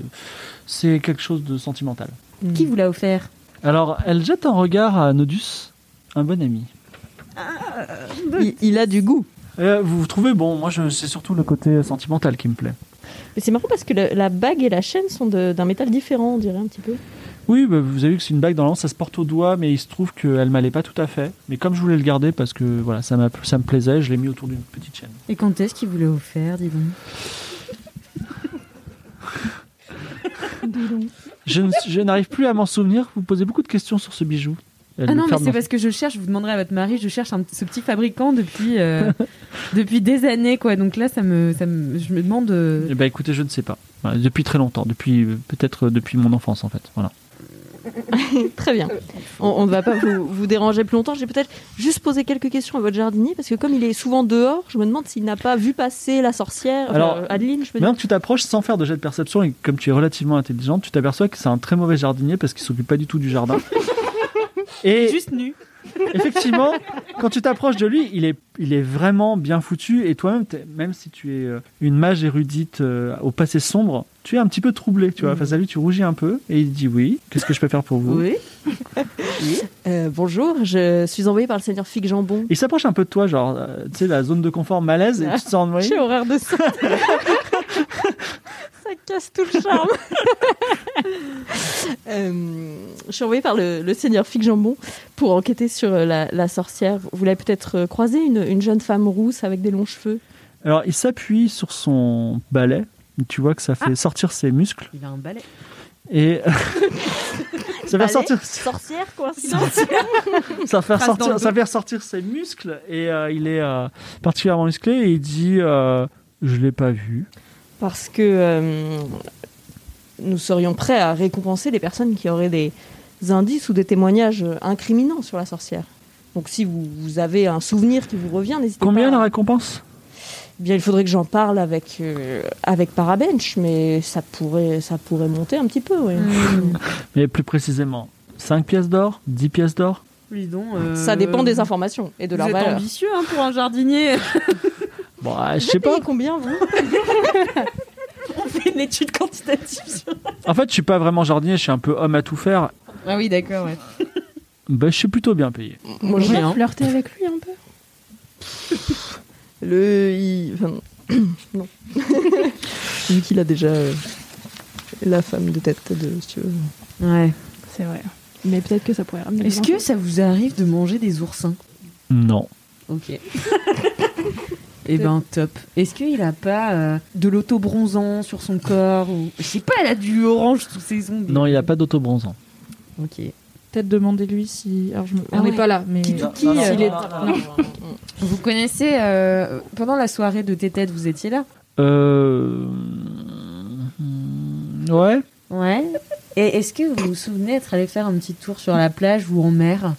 S3: c'est quelque chose de sentimental.
S7: Qui vous l'a offert
S3: Alors, elle jette un regard à Nodus, un bon ami.
S8: Il, il a du goût.
S3: Euh, vous vous trouvez bon Moi, je- c'est surtout le côté sentimental qui me plaît.
S8: Mais c'est marrant parce que la, la bague et la chaîne sont de- d'un métal différent, on dirait un petit peu.
S3: Oui, bah, vous avez vu que c'est une bague dans l'an, ça se porte au doigt, mais il se trouve qu'elle m'allait pas tout à fait. Mais comme je voulais le garder parce que voilà, ça, m'a- ça me plaisait, je l'ai mis autour d'une petite chaîne.
S7: Et quand est-ce qu'il vous l'a offert, dis donc
S3: Je, ne- je n'arrive plus à m'en souvenir. Vous posez beaucoup de questions sur ce bijou. Elle
S7: Ah
S3: me
S7: non, mais
S3: ferme
S7: c'est parce que je cherche, je vous demanderai à votre mari, je cherche un- ce petit fabricant depuis, euh, depuis des années, quoi. Donc là, ça me, ça me- je me demande. euh,
S3: Eh ben, écoutez, je ne sais pas. Voilà, depuis très longtemps, depuis euh, peut-être euh, depuis mon enfance en fait. Voilà.
S8: Très bien. On- On ne va pas vous, vous déranger plus longtemps. J'ai peut-être juste posé quelques questions à votre jardinier parce que comme il est souvent dehors, je me demande s'il n'a pas vu passer la sorcière, enfin,
S3: Alors,
S8: Adeline, je peux dire.
S3: Maintenant que tu t'approches sans faire de jet de perception et comme tu es relativement intelligente, tu t'aperçois que c'est un très mauvais jardinier parce qu'il s'occupe pas du tout du jardin. Et
S7: Juste nu.
S3: Effectivement, quand tu t'approches de lui, il est, il est vraiment bien foutu. Et toi-même, t'es- même si tu es euh, une mage érudite euh, au passé sombre, tu es un petit peu troublé. Tu vois, face à lui, tu rougis un peu. Et il dit oui. Qu'est-ce que je peux faire pour vous
S8: Mm. Oui. Euh, bonjour, je suis envoyée par le seigneur Fig Jambon.
S3: Il s'approche un peu de toi, genre, euh, tu sais, la zone de confort malaise, et tu te sens envoyé.
S8: J'ai horreur de ça. ça casse tout le charme. Euh, je suis envoyée par le, le seigneur Fig Jambon pour enquêter sur euh, la, la sorcière. Vous l'avez peut-être euh, croisée, une, une jeune femme rousse avec des longs cheveux.
S3: Alors, il s'appuie sur son
S8: Ah.
S3: balai. Tu vois que ça fait sortir ses muscles.
S7: Il a un balai.
S3: Et Ça va
S8: Balai,
S3: sortir.
S8: Sorcière, coïncidence.
S3: Ça va faire
S8: Face dans
S3: sortir,
S8: le
S3: ça
S8: dos.
S3: fait ressortir ses muscles et euh, il est euh, particulièrement musclé et il dit euh, je l'ai pas vu.
S8: Parce que euh, nous serions prêts à récompenser les personnes qui auraient des indices ou des témoignages euh, incriminants sur la sorcière. Donc si vous, vous avez un souvenir qui vous revient, n'hésitez
S3: Combien la récompense
S8: Eh bien, il faudrait que j'en parle avec, euh, avec Parabench, mais ça pourrait, ça pourrait monter un petit peu. oui.
S7: Euh,
S3: Mais plus précisément, 5 pièces d'or, 10 pièces d'or.
S8: Dis donc, Ça dépend
S7: euh,
S8: des informations et de leur valeur.
S9: ambitieux hein, pour un jardinier.
S3: Bon, euh, je sais pas.
S8: combien, vous On fait une étude quantitative sur...
S3: En fait, je suis pas vraiment jardinier, je suis un peu homme à tout faire.
S9: Ah oui, d'accord, ouais.
S3: Bah, je suis plutôt bien payé.
S8: Moi,
S10: On
S8: j'ai
S10: va
S3: hein.
S8: un.
S10: flirter avec lui un peu.
S8: Le. il- enfin, non. Vu qu'il a déjà euh, la femme de tête de, si tu veux.
S9: Ouais.
S10: C'est vrai. Mais peut-être que ça pourrait ramener. des
S7: Est-ce
S10: gens.
S7: que ça vous arrive de manger des oursins
S3: Non.
S7: Ok. Eh ben top. Est-ce qu'il a pas euh, de l'auto-bronzant sur son corps ou je sais pas, elle a du orange sous ses ongles.
S3: Non, il a pas d'autobronzant.
S7: Ok.
S2: Peut-être demandez-lui si. Alors, je me-
S7: Ah
S2: on n'est
S7: ouais.
S2: pas là, mais.
S7: Qui- qui,
S2: s'il
S7: euh,
S2: est-
S7: Vous connaissez euh, pendant la soirée de Tétette, vous étiez là
S3: Euh. Ouais.
S7: Ouais. Et est-ce que vous vous souvenez être allé faire un petit tour sur la plage ou en mer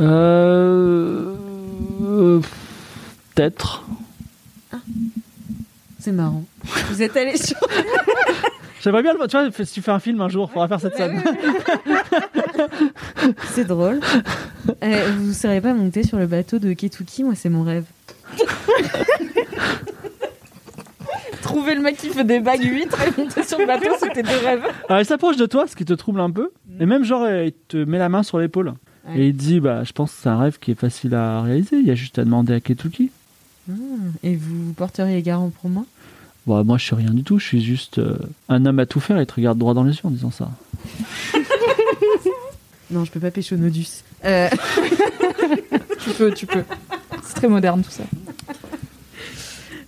S3: Euh. euh, Peut-être.
S7: C'est marrant. Vous êtes allé sur
S3: J'aimerais bien le voir. Tu vois, si tu fais un film un jour, faudra faire cette scène.
S7: C'est drôle. Euh, vous ne seriez pas monté sur le bateau de Ketuki Moi, c'est mon rêve.
S2: Trouver le mec qui fait des bagues huîtres et monter sur le bateau, c'était des rêves.
S3: Alors, Ah, il s'approche de toi, ce qui te trouble un peu. Et même, genre, euh, il te met la main sur l'épaule.
S7: Ouais.
S3: Et il dit Bah, je pense que c'est un rêve qui est facile à réaliser. Il y a juste à demander à Ketuki.
S7: Ah, et vous porteriez garant pour moi
S3: Bah, moi, je suis rien du tout. Je suis juste euh, un homme à tout faire. Il te regarde droit dans les yeux en disant ça.
S7: Non, je peux pas pêcher au nodus. Euh,
S2: Tu peux, tu peux. C'est très moderne tout ça.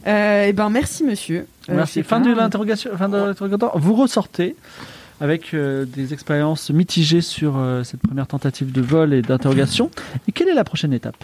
S7: euh, eh ben, merci, monsieur. Euh, je sais
S3: Merci. Fin
S7: pas.
S3: de l'interrogation. Fin de l'interrogatoire. Vous ressortez avec euh, des expériences mitigées sur euh, cette première tentative de vol et d'interrogation. Et quelle est la prochaine étape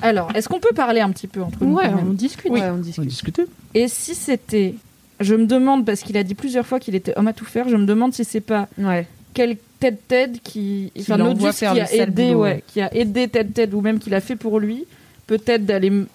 S2: Alors, est-ce qu'on peut parler un petit peu entre nous
S10: Ouais,
S2: quand même
S10: on discute.
S2: Oui.
S7: Ouais, on discute.
S3: Discuter
S2: Et si c'était. Je me demande, parce qu'il a dit plusieurs fois qu'il était homme à tout faire, je me demande si c'est pas
S7: Ouais.
S2: quel Ted Ted qui.
S7: Qui l'envoie
S2: Nodus
S7: faire
S2: qui
S7: le
S2: a
S7: sale
S2: aidé,
S7: boulot,
S2: ouais,
S7: ouais.
S2: qui a aidé Ted Ted ou même qui l'a fait pour lui, peut-être d'aller m-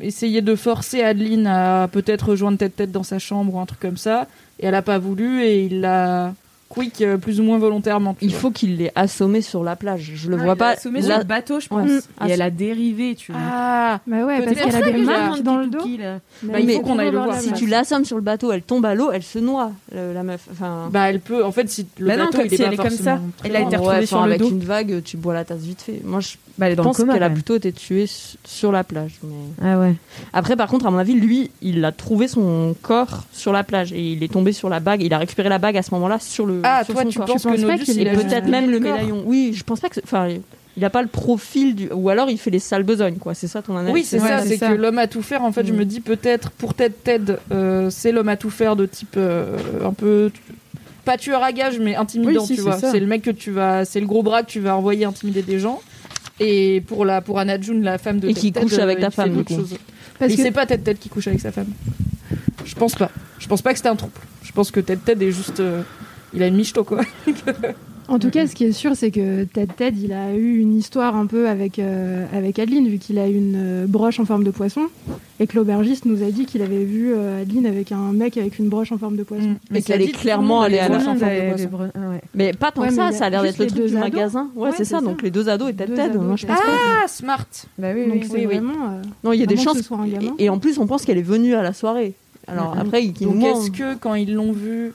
S2: essayer de forcer Adeline à peut-être rejoindre Ted Ted dans sa chambre ou un truc comme ça, et elle a pas voulu et il l'a quick euh, plus ou moins volontairement. tu
S8: Il
S2: vois.
S8: faut qu'il l'ait assommé sur la plage. Je le
S7: Ah,
S8: vois
S7: il
S8: pas.
S7: l'a Ah, assommée
S8: là-
S7: sur le bateau, je pense.
S8: Ouais.
S7: Et elle a dérivé, tu vois.
S2: Ah,
S10: Bah ouais, parce
S2: Peut-être
S10: qu'elle a
S2: ça
S10: des
S2: que j'ai
S10: marques
S2: appris
S10: dans le dos.
S7: Qui, là
S2: Bah, il
S8: Mais
S2: faut qu'on aille le voir.
S8: Si tu l'assommes sur le bateau, elle tombe à l'eau, elle se noie, le- la meuf. Enfin,
S2: Bah elle peut, en fait, si le
S7: Bah non,
S2: bateau, il
S7: comme
S2: est
S7: si
S2: pas
S7: elle est comme ça.
S2: forcément très
S7: Elle a
S2: loin.
S7: été
S8: ouais,
S7: retrouvée
S8: enfin,
S7: sur le
S8: avec
S7: dos.
S8: une vague, tu bois la tasse vite fait. Moi, je
S7: Bah, elle est dans
S8: pense
S7: le coma.
S8: qu'elle a
S7: quand même.
S8: plutôt été tuée s- sur la plage. mais-
S7: Ah ouais.
S8: Après, par contre, à mon avis, lui, il a trouvé son corps sur la plage et il est tombé sur la bague. Il a récupéré la bague à ce moment-là sur le.
S2: Ah,
S8: sur
S2: toi,
S8: son
S2: tu
S8: corps.
S2: penses
S10: Je pense
S2: que
S10: pas
S2: Nodus,
S10: qu'il
S2: il a
S10: ait
S2: juste-
S8: Peut-être
S10: Euh,
S8: même le
S2: corps.
S8: médaillon. Oui, je pense pas que. Enfin, il a pas le profil du. Ou alors il fait les sales besognes, quoi. C'est ça ton analyse
S2: Oui, c'est
S7: Ouais,
S2: ça,
S7: c'est
S2: c'est
S7: ça.
S2: que l'homme à tout faire, en fait, je
S7: Mm.
S2: me dis peut-être pour Ted Ted, euh, c'est l'homme à tout faire de type euh, un peu. tu- Pas tueur à gage, mais intimidant,
S7: Oui, si,
S2: tu
S7: c'est
S2: vois.
S7: ça.
S2: C'est le mec que tu vas. C'est le gros bras que tu vas envoyer intimider des gens. Et pour, la, pour Anna June, la femme de
S8: Et
S2: Ted
S8: qui
S2: Ted,
S8: couche
S2: euh,
S8: avec
S2: il
S8: ta
S2: fait
S8: femme, du
S2: d'autres
S8: coup.
S2: choses.
S10: Parce
S2: Mais
S10: que
S2: c'est pas Ted Ted qui couche avec sa femme. Je pense pas. Je pense pas que c'était un trouble. Je pense que Ted Ted est juste. euh, il a une michto, quoi.
S10: En tout
S8: Mm-hmm.
S10: cas, ce qui est sûr, c'est que Ted Ted, il a eu une histoire un peu avec, euh, avec Adeline, vu qu'il a une euh, broche en forme de poisson, et que l'aubergiste nous a dit qu'il avait vu euh, Adeline avec un mec avec une broche en forme de poisson.
S7: Mm.
S8: Mais
S2: Et
S8: qu'elle
S2: ça
S8: est
S2: dit, tout le
S8: clairement
S2: monde
S8: allée à
S2: est
S8: la
S2: vraiment
S8: chambre
S2: dans les
S8: de
S2: poissons.
S8: poisson.
S7: Ah ouais.
S8: Mais pas tant
S10: Ouais,
S8: que
S10: mais
S8: ça,
S10: il y a
S8: ça a l'air d'être
S10: juste
S8: le
S10: les
S8: truc
S10: deux
S8: du
S10: ados.
S8: magasin. Ouais,
S10: Ouais,
S8: c'est
S10: c'est
S8: ça,
S10: ça.
S8: donc les deux ados étaient
S10: Deux
S8: têtes.
S10: ados
S8: Moi, je
S10: étaient
S8: pense pas.
S2: Ah, smart
S7: Bah oui,
S10: Donc
S7: oui.
S10: c'est
S8: oui, oui.
S10: vraiment. euh,
S8: Non, il y a des
S10: Avant que
S8: chances.
S10: ce soit un gamin.
S8: Et et en plus, on pense qu'elle est venue à la soirée. Alors
S2: Mhm.
S8: après, il- il
S2: Donc
S8: ment.
S2: est-ce que quand ils l'ont vu.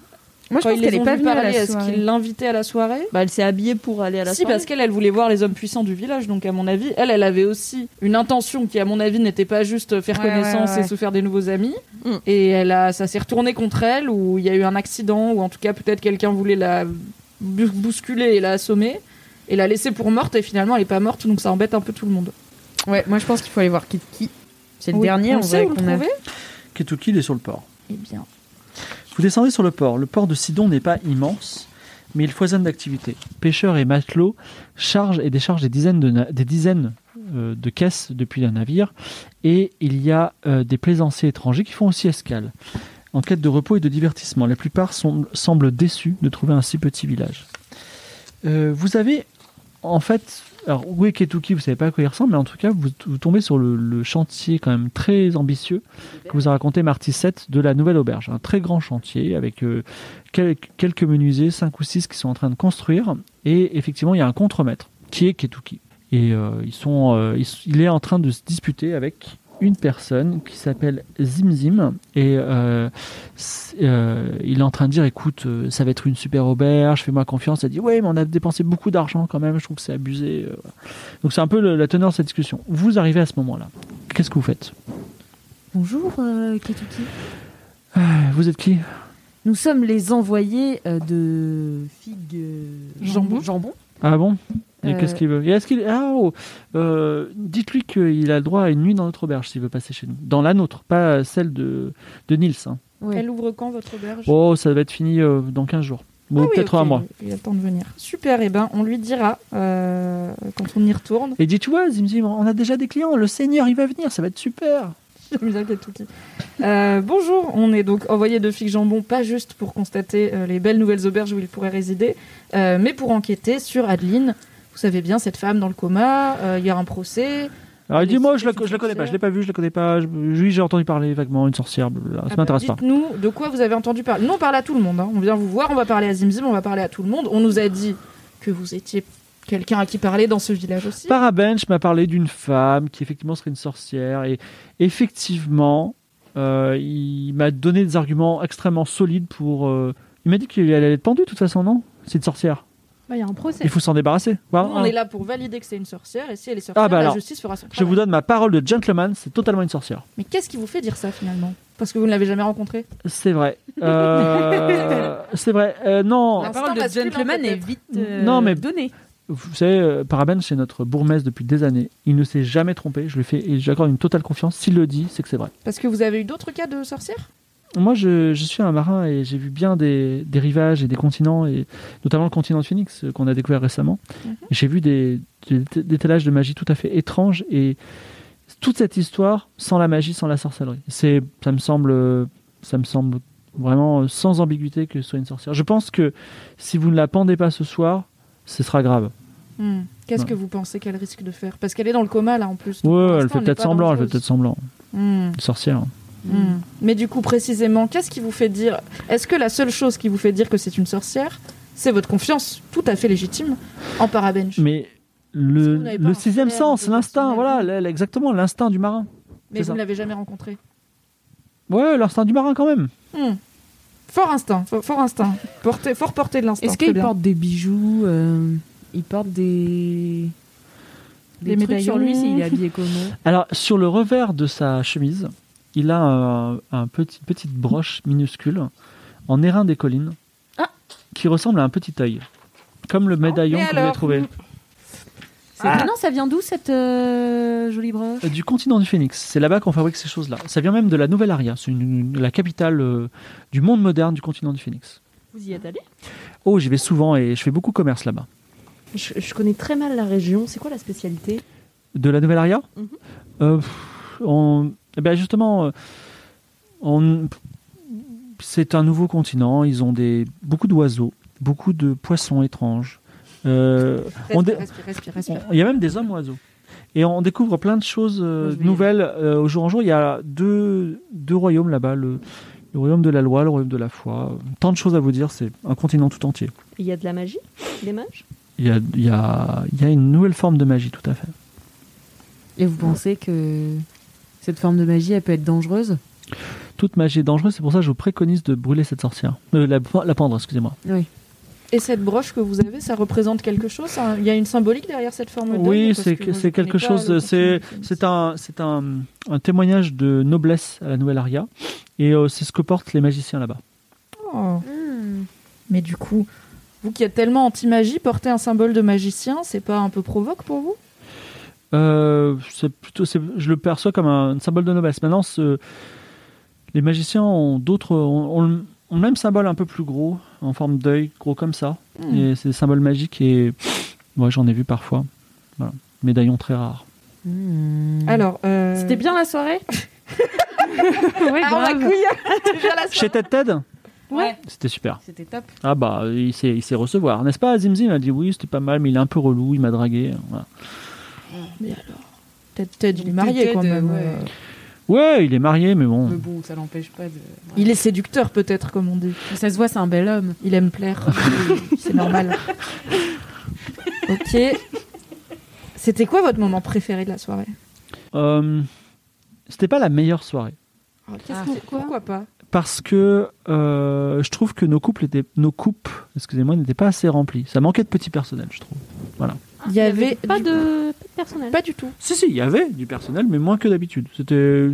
S8: Moi, je
S2: quand
S8: pense
S2: ils les
S8: qu'elle est
S2: ont
S8: pas
S2: vus
S8: venue à la
S2: parler, est-ce
S8: soirée.
S2: qu'ils l'invitaient à la soirée
S8: Bah, elle s'est habillée pour aller à la
S2: si,
S8: soirée.
S2: parce qu'elle, elle voulait voir les hommes puissants du village, donc à mon avis, elle, elle avait aussi une intention qui, à mon avis, n'était pas juste faire
S8: Ouais,
S2: connaissance
S8: ouais, ouais.
S2: et se faire des nouveaux amis. Et elle a, ça s'est retourné contre elle, ou il y a eu un accident, ou en tout cas, peut-être quelqu'un voulait la bou- bousculer et la assommer, et la laisser pour morte, et finalement, elle est pas morte, donc ça embête un peu tout le monde.
S7: Ouais, moi je pense qu'il faut aller voir Kit Ki. C'est le
S2: Oui,
S7: dernier
S2: on
S7: en
S2: sait
S7: vrai
S2: où le
S7: qu'on a.
S2: trouver
S3: Ketuki, il est sur le port.
S2: Eh bien.
S3: Vous descendez sur le port. Le port de Sidon n'est pas immense, mais il foisonne d'activités. Pêcheurs et matelots chargent et déchargent des dizaines de, na- des dizaines, euh, de caisses depuis un navire. Et il y a euh, des plaisanciers étrangers qui font aussi escale, en quête de repos et de divertissement. La plupart sont- semblent déçus de trouver un si petit village. Euh, vous avez, en fait, alors où est Ketuki Vous savez pas à quoi il ressemble, mais en tout cas, vous, vous tombez sur le, le chantier quand même très ambitieux que vous a raconté Marty 7 de la Nouvelle Auberge. Un très grand chantier avec euh, quel- quelques menuisiers, 5 ou 6 qui sont en train de construire. Et effectivement, il y a un contremaître qui est Ketuki. Et euh, ils sont, euh, ils- il est en train de se disputer avec une personne qui s'appelle Zimzim et euh, c'est- euh, il est en train de dire écoute euh, ça va être une super auberge fais-moi confiance elle dit ouais mais on a dépensé beaucoup d'argent quand même je trouve que c'est abusé euh, voilà. donc c'est un peu le- la teneur de cette discussion vous arrivez à ce moment là qu'est-ce que vous faites
S7: Bonjour euh, Ketuki.
S3: Euh, vous êtes qui
S7: Nous sommes les envoyés euh, de Figue euh,
S2: Jambon.
S7: Jambon.
S3: ah bon et
S7: Euh,
S3: qu'est-ce qu'il veut Et est-ce qu'il ah, oh, euh, dites-lui qu'il a le droit à une nuit dans notre auberge s'il veut passer chez nous dans la nôtre pas celle de de Nils hein.
S2: Elle ouvre quand votre auberge
S3: oh ça va être fini euh, dans 15 jours
S2: Ah
S3: bon
S2: oui,
S3: peut-être
S2: ok,
S3: un mois
S2: Il a le temps de venir. Super, et ben on lui dira euh, quand on y retourne.
S3: Et dis-toi, Zimzim, on a déjà des clients, le Seigneur, il va venir, ça va être super.
S2: J'aime bien Ketuki. Euh, bonjour, on est donc envoyé de Fig Jambon, pas juste pour constater euh, les belles nouvelles auberges où il pourrait résider, euh, mais pour enquêter sur Adeline. Vous savez bien, cette femme dans le coma, euh, il y a un procès. Ah,
S3: Alors, dis-moi, je, la- je la connais pas, je l'ai pas vue, je la connais pas, je- oui, j'ai entendu parler vaguement, une sorcière, blablabla, ça
S2: Ah bah,
S3: m'intéresse pas.
S2: Dites-nous de quoi vous avez entendu parler. Nous, on parle à tout le monde. hein. On vient vous voir, on va parler à Zimzim, on va parler à tout le monde. On nous a dit que vous étiez quelqu'un à qui parler dans ce village aussi.
S3: Parabench m'a parlé d'une femme qui effectivement serait une sorcière et effectivement, euh, il m'a donné des arguments extrêmement solides pour... euh, Il m'a dit qu'elle allait être pendue de toute façon, non C'est une sorcière.
S10: Bah, Il y a un procès.
S3: Il faut s'en débarrasser. Voilà,
S2: Nous, on
S3: hein.
S2: est là pour valider que c'est une sorcière, et si elle est sorcière,
S3: Ah bah
S2: la
S3: alors,
S2: justice fera son
S3: je
S2: travail.
S3: vous donne ma parole de gentleman, c'est totalement une sorcière.
S2: Mais qu'est-ce qui vous fait dire ça finalement Parce que vous ne l'avez jamais rencontrée
S3: C'est vrai. Euh, c'est vrai. Euh, non.
S2: La parole de gentleman est vite
S8: euh,
S3: Non, mais- Vous savez, euh, Paraben, c'est notre bourgmestre depuis des années. Il ne s'est jamais trompé. Je lui fais, et j'accorde une totale confiance. S'il le dit, c'est que c'est vrai.
S2: Parce que vous avez eu d'autres cas de sorcières
S3: Moi, je, je suis un marin et j'ai vu bien des, des rivages et des continents, et notamment le continent de Phoenix euh, qu'on a découvert récemment.
S2: Mhm.
S3: J'ai vu des, des t- des étalages de magie tout à fait étranges et toute cette histoire sans la magie, sans la sorcellerie. C'est, ça me semble, euh, ça me semble vraiment euh, sans ambiguïté que ce soit une sorcière. Je pense que si vous ne la pendez pas ce soir, ce sera grave.
S2: Hmm. Qu'est-ce
S3: Ouais.
S2: que vous pensez qu'elle risque de faire Parce qu'elle est dans le coma là en plus. Donc, pour
S3: Ouais, elle
S2: l'instant,
S3: fait
S2: n'est
S3: peut-être
S2: pas
S3: semblant, elle fait
S2: dangereuse.
S3: peut-être semblant.
S2: Hmm.
S3: Une sorcière. hein.
S2: Hmm. Mais du coup, précisément, qu'est-ce qui vous fait dire Est-ce que la seule chose qui vous fait dire que c'est une sorcière, c'est votre confiance tout à fait légitime en parabench
S3: Mais le,
S2: n'avez pas
S3: le
S2: un
S3: sixième
S2: repère
S3: sens, l'instinct, voilà, l- exactement, l'instinct du marin.
S2: Mais
S3: C'est
S2: vous
S3: ça.
S2: ne l'avez jamais rencontrée.
S3: Ouais, l'instinct du marin quand même.
S2: Hmm. Fort instinct, fort, fort instinct. Porté, fort porté de l'instinct.
S7: Est-ce
S2: très
S7: qu'il
S2: bien.
S7: porte des bijoux euh, Il porte des
S2: Des
S7: trucs sur lui
S2: médaillons.
S7: s'il est habillé comment
S3: Alors, sur le revers de sa chemise, il a un, un petit, petite broche minuscule en airain des collines
S8: Ah.
S3: qui ressemble à un petit œil. Comme le médaillon
S7: mais
S3: que vous avez
S7: alors
S3: trouvé.
S7: C'est étonnant, ça vient d'où cette euh, jolie broche
S3: Euh, Du continent du Phénix. C'est là-bas qu'on fabrique ces choses-là. Ça vient même de la Nouvelle-Aria. C'est une- une- la capitale euh, du monde moderne du continent du Phénix.
S8: Vous y êtes allé
S3: Oh, j'y vais souvent et je fais beaucoup commerce là-bas.
S8: je, je connais très mal la région. C'est quoi la spécialité
S3: De la nouvelle aria
S2: Mhm.
S3: Euh, pff, on- eh ben Justement, euh, on- c'est un nouveau continent. Ils ont des, beaucoup d'oiseaux, beaucoup de poissons étranges. Euh, on dé-
S2: Respire, respire, respire.
S3: on- Il y a même des hommes oiseaux. Et on découvre plein de choses euh, nouvelles euh, au jour en jour. Il y a deux, deux royaumes là-bas, le, le royaume de la loi, le royaume de la foi. Tant de choses à vous dire, c'est un continent tout entier.
S8: Il y a de la magie Des mages
S3: Il y a, il y a- il y a une nouvelle forme de magie, tout à fait.
S7: Et vous pensez que cette forme de magie, elle peut être dangereuse
S3: Toute magie est dangereuse, c'est pour ça que je vous préconise de brûler cette sorcière. Euh, la, la pendre, excusez-moi.
S7: Oui.
S2: Et cette broche que vous avez, ça représente quelque chose ça- Il y a une symbolique derrière cette forme d'œil
S3: Oui,
S2: parce
S3: c'est
S2: que
S3: c'est
S2: je connais
S3: quelque
S2: pas
S3: chose. euh,
S2: le
S3: C'est
S2: contenu.
S3: c'est un c'est un, un témoignage de noblesse à la Nouvelle Aria, et euh, c'est ce que portent les magiciens là-bas.
S2: Oh.
S9: Hmm.
S11: Mais du coup,
S2: vous qui êtes tellement anti-magie, porter un symbole de magicien, c'est pas un peu provoque pour vous
S3: Euh, c'est plutôt, c'est- je le perçois comme un, symbole de noblesse. Maintenant, ce- les magiciens ont d'autres, ont, ont le- ont le même symbole un peu plus gros, en forme d'œil, gros comme ça.
S2: Hmm.
S3: Et c'est des symboles magiques et ouais, j'en ai vu parfois. Voilà. Médaillon très rare. Hmm.
S2: Alors, euh,
S9: C'était bien la soirée
S7: Ouais,
S9: Ah, on a
S7: grave.
S9: couillé. C'était bien la
S3: Chez
S9: soirée
S3: Ted Ted,
S9: Ouais.
S3: c'était super.
S9: C'était top.
S3: Ah bah, il sait, il sait recevoir, n'est-ce pas Zimzim a dit oui, c'était pas mal, mais il est un peu relou, il m'a dragué. Voilà.
S2: Mais alors Ted, Ted, il est marié
S9: Ted,
S2: quand même.
S9: ouais.
S2: euh.
S3: Ouais, il est marié, mais bon.
S9: Mais bon, ça l'empêche pas de.
S2: Il est séducteur peut-être, comme on dit.
S9: Ça se voit, c'est un bel homme.
S2: Il aime plaire. c'est normal. ok. C'était quoi votre moment préféré de la soirée
S3: Euh, c'était pas la meilleure soirée.
S2: Ah, qu'est-ce qu'on- Pourquoi pas
S3: parce que euh, je trouve que nos couples étaient nos coupes, excusez-moi, n'étaient pas assez remplis. Ça manquait de petits personnels, je trouve. Voilà.
S9: Ah,
S2: Il y avait
S9: pas
S2: du-
S9: de, pas de personnel.
S2: Pas du tout.
S3: Si si, il y avait du personnel, mais moins que d'habitude. C'était,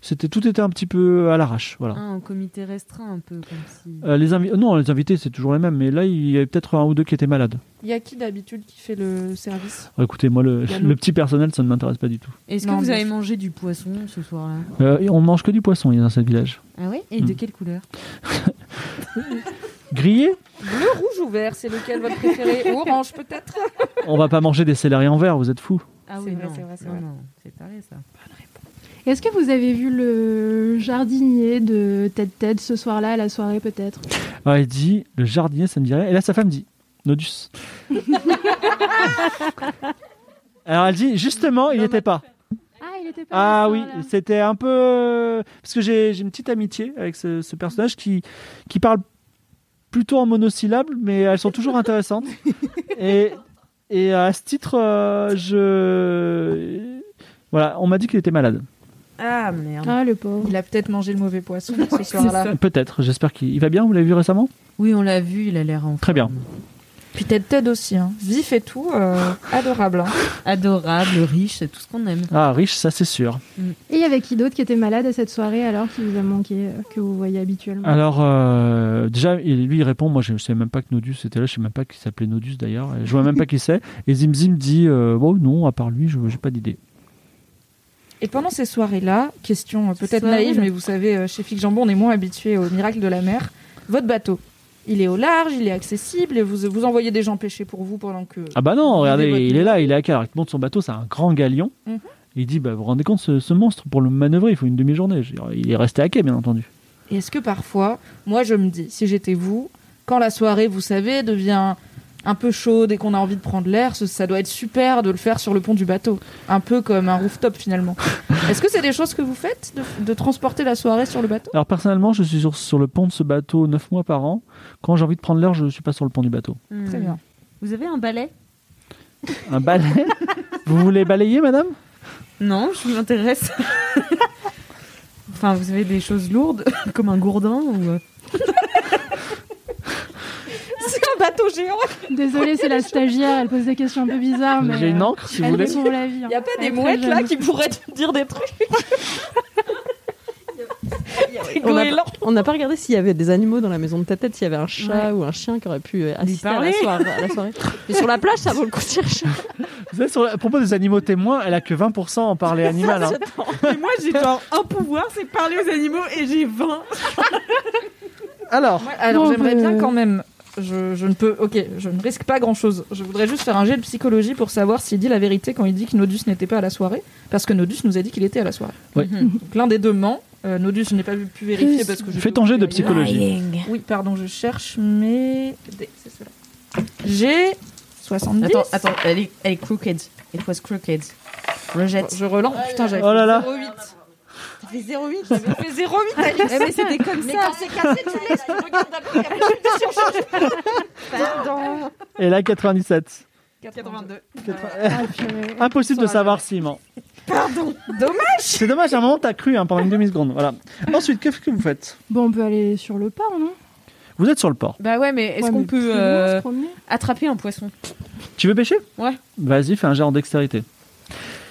S3: c'était tout était un petit peu à l'arrache, voilà.
S9: Un comité restreint, un peu comme si.
S3: Euh, les invi- non, les invités c'est toujours les mêmes, mais là il y avait peut-être un ou deux qui étaient malades.
S2: Il y a qui d'habitude qui fait le service
S3: Alors, écoutez, moi le,
S2: Bien.
S3: le petit personnel ça ne m'intéresse pas du tout.
S9: Est-ce que
S2: Non,
S9: vous
S2: mais-
S9: avez mangé du poisson ce soir-là
S3: Euh, et on mange que du poisson il y a dans ce village.
S9: Ah oui Et
S3: Mm.
S9: de quelle couleur
S3: Grillé,
S2: Bleu, rouge ou vert C'est lequel votre préféré Orange peut-être
S3: on va pas manger des céleri en verre, vous êtes fous.
S9: Ah
S2: C'est
S9: oui,
S2: vrai,
S9: non.
S2: c'est vrai, c'est
S9: non,
S2: vrai.
S9: non, c'est taré ça.
S10: Est-ce que vous avez vu le jardinier de Ted Ted ce soir-là, à la soirée peut-être
S3: Ah, il dit le jardinier, ça me dirait. Et là, sa femme dit Nodus. Alors elle dit justement, il n'y était pas.
S10: Ah, il était
S3: Ah
S10: pas là, ce
S3: oui,
S10: soir-là.
S3: c'était un peu euh, parce que j'ai j'ai une petite amitié avec ce, ce personnage qui qui parle plutôt en monosyllabes, mais elles sont toujours intéressantes. Et et à ce titre, euh, je voilà, on m'a dit qu'il était malade.
S9: Ah merde.
S10: Ah, le pauvre.
S2: Il a peut-être mangé le mauvais poisson ce soir-là.
S3: Peut-être. J'espère qu'il il va bien. Vous l'avez vu récemment
S9: Oui, on l'a vu, il a l'air en
S3: Très bien.
S2: Puis Ted Ted aussi, hein. vif et tout, euh, adorable. hein.
S9: Adorable, riche, c'est tout ce qu'on aime.
S3: Ah riche, ça c'est sûr.
S10: Et il y avait qui d'autre qui était malade à cette soirée alors qui vous a manqué, euh, que vous voyez habituellement
S3: Alors, euh, déjà, il- lui, il répond Moi, je ne savais même pas que Nodus était là, je ne sais même pas qu'il s'appelait Nodus d'ailleurs, et je vois même pas qui c'est. Et Zimzim dit euh, Bon, non, à part lui, je n'ai pas d'idée.
S2: Et pendant ces soirées-là, question euh, peut-être
S9: Soirée,
S2: naïve,
S9: là.
S2: mais vous savez, euh, chez Fig Jambon, on est moins habitué au miracle de la mer. Votre bateau, il est au large, il est accessible, et vous, vous envoyez des gens pêcher pour vous pendant que.
S3: Ah bah non,
S2: Vous
S3: regardez,
S2: vivez votre
S3: il est là, il est à quelle heure Il te montre son bateau, c'est un grand galion.
S2: Mhm.
S3: Et il dit bah, Vous vous rendez compte, ce, ce monstre, pour le manœuvrer, il faut une demi-journée. Je veux dire, Il est resté à quai, bien entendu.
S2: Et est-ce que parfois, moi je me dis, si j'étais vous, quand la soirée, vous savez, devient un peu chaude et qu'on a envie de prendre l'air, ce- ça doit être super de le faire sur le pont du bateau. Un peu comme un rooftop finalement. est-ce que c'est des choses que vous faites, de, de transporter la soirée sur le bateau
S3: Alors, personnellement, je suis sur, sur le pont de ce bateau 9 mois par an. Quand j'ai envie de prendre l'air, je ne suis pas sur le pont du bateau.
S9: Hmm.
S2: Très bien.
S9: Vous avez un balai
S3: Un balai Vous voulez balayer, madame
S9: Non, je m'intéresse. enfin, vous avez des choses lourdes, comme un gourdin ou. euh,
S2: C'est un bateau géant
S10: Désolée, c'est la stagiaire, elle pose des questions un peu
S1: Ah,
S10: bizarres. mais,
S3: J'ai une
S10: euh,
S3: encre, si vous
S10: Elle
S3: voulez.
S10: nous sauve la vie.
S2: Il
S10: hein.
S2: n'y a pas
S10: Elle
S2: des
S10: est très
S2: mouettes là
S10: jeune.
S2: qui pourraient te dire des trucs Des
S8: On n'a
S2: goélands.
S8: pas- on n'a pas regardé s'il y avait des animaux dans la maison de ta tête, s'il y avait un chat ou un chien qui aurait pu euh, assister à la,
S9: parler.
S8: soirée, à la soirée. Mais sur la plage, ça vaut le coup de chercher.
S3: Vous savez, sur le- à propos des animaux témoins, elle a que 20% en parler animal. hein.
S9: Mais moi, j'ai genre un pouvoir, c'est parler aux animaux et j'ai 20.
S3: Alors,
S2: Moi, alors
S10: Non,
S2: j'aimerais
S10: mais-
S2: bien quand même. Je, je ne peux. Ok, je ne risque pas grand chose. Je voudrais juste faire un jet de psychologie pour savoir s'il dit la vérité quand il dit que Nodus n'était pas à la soirée. Parce que Nodus nous a dit qu'il était à la soirée.
S3: Oui.
S7: Mhm.
S2: Donc l'un des deux ment. Euh, Nodus, je n'ai pas pu vérifier parce que je.
S3: fais ton jet de psychologie.
S2: Oui, pardon, je cherche, mais. D, c'est cela. J'ai 70.
S9: Attends, attends, elle est, elle est crooked. It was crooked. Rejette.
S2: Je relance. Putain, j'avais
S3: Oh là là.
S2: 08.
S9: Ça fait 0,8.
S2: J'avais fait 08 Alice.
S9: Eh, mais c'était comme ça.
S2: c'est cassé, tu laisses, tu regardes d'abord et après tu changes.
S3: Et là, 97.
S12: 82.
S3: Impossible de savoir s'il ment.
S12: Pardon. Dommage.
S3: C'est dommage, à un moment t'as cru hein, pendant une demi-seconde. Voilà. Ensuite, qu'est-ce que vous faites
S10: Bon, on peut aller sur le port, non
S3: Vous êtes sur le port.
S7: Bah ouais, mais est-ce
S10: Ouais,
S7: qu'on
S10: mais plus
S7: peut
S10: loin,
S7: euh,
S10: se promener
S7: attraper un poisson
S3: Tu veux pêcher
S7: Ouais.
S3: Vas-y, fais un jet en dextérité.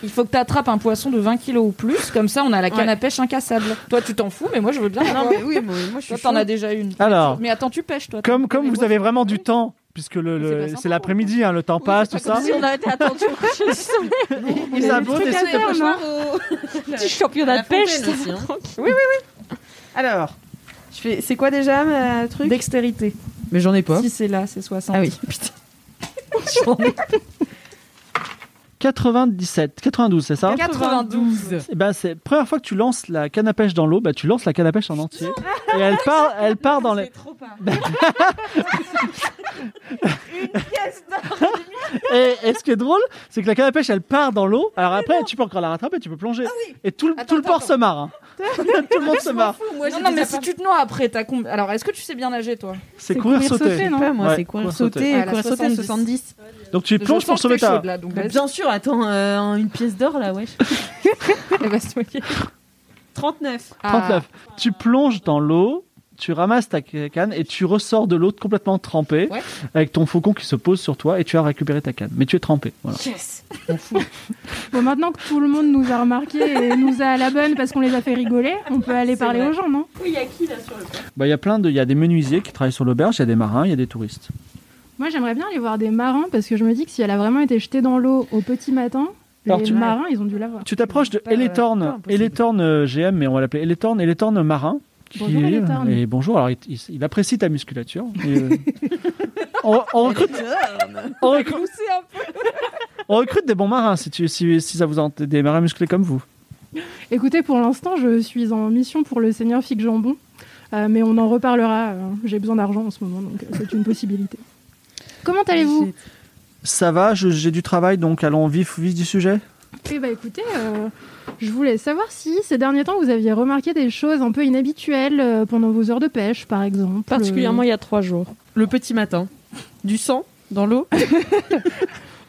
S2: Il faut que tu attrapes un poisson de 20 kilos ou plus, comme ça on a la canne à pêche incassable. Toi tu t'en fous, mais moi je veux bien. en avoir. toi t'en as déjà une.
S3: Alors.
S2: Mais attends, tu pêches toi.
S3: Comme, comme vous avez vraiment du temps, puisque le, le- c'est l'après-midi, hein, le temps passe, tout ça.
S2: été attendu au soleil.
S3: Il s'abonne et c'est-
S12: Petit championnat
S9: de pêche, c'est
S7: hein.
S12: Oui, oui, oui. Alors, je fais... c'est quoi déjà ma truc Dextérité.
S7: Mais j'en ai pas.
S12: Si c'est là, c'est 60.
S7: Ah oui.
S3: 97, 92, c'est ça
S12: 92.
S3: Et ben, c'est première fois que tu lances la canne à pêche dans l'eau, bah, tu lances la canne à pêche en entier. Et elle part, elle part dans les. Bah. Et, et ce qui est drôle, c'est que la canne à pêche, elle part dans l'eau. Alors après, tu peux encore la rattraper, tu peux plonger. Et tout le, tout le port se marre. hein. Tout le monde se marre.
S2: non, non, mais si tu te noies après, t'as com- Alors, est-ce que tu sais bien nager, toi
S3: C'est courir, sauter.
S9: non Je sais pas, moi,
S3: Ouais,
S9: c'est courir, sauter,
S2: Ah, la
S9: courir sauter
S2: 70.
S9: 70.
S3: Donc tu plonges pour sauver ta. Bah,
S9: Mais Bien sûr, attends, euh, une pièce d'or là, wesh.
S12: 39.
S2: Ah.
S3: 39. Tu plonges dans l'eau, tu ramasses ta canne et tu ressors de l'eau complètement trempé
S12: Ouais.
S3: avec ton faucon qui se pose sur toi et tu as récupéré ta canne. Mais tu es trempé. Voilà.
S10: Yes Bon, maintenant que tout le monde nous a remarqué et nous a à la bonne parce qu'on les a fait rigoler, on peut aller parler aux gens, non
S12: Oui, il y a qui là sur le port
S3: Bah, Il y a plein de. Il y a des menuisiers qui travaillent sur l'auberge, il y a des marins, il y a des touristes.
S10: Moi, j'aimerais bien aller voir des marins parce que je me dis que si elle a vraiment été jetée dans l'eau au petit matin,
S3: Alors,
S10: les
S3: tu-
S10: marins, ils ont dû la voir.
S3: Tu t'approches de Eletorn, Eletorn euh, GM, mais on va l'appeler Eletorn, Eletorn marin. qui- euh,
S10: Bonjour, Eletorn.
S3: Et bonjour, alors il, il- il apprécie ta musculature. et, euh, on, on recrute, on, recrute- on recrute des bons marins si, tu, si, si ça vous en, des marins musclés comme vous.
S10: Écoutez, pour l'instant, je suis en mission pour le Seigneur Fig Jambon, euh, mais on en reparlera. euh, J'ai besoin d'argent en ce moment, donc euh, c'est une possibilité. Comment allez-vous
S3: Ça va, je- j'ai du travail, donc allons vif, vif du sujet.
S10: Eh bah écoutez, euh, je voulais savoir si ces derniers temps vous aviez remarqué des choses un peu inhabituelles euh, pendant vos heures de pêche, par exemple.
S7: Particulièrement
S10: Euh,
S7: il y a trois jours. Le petit matin. Du sang dans l'eau.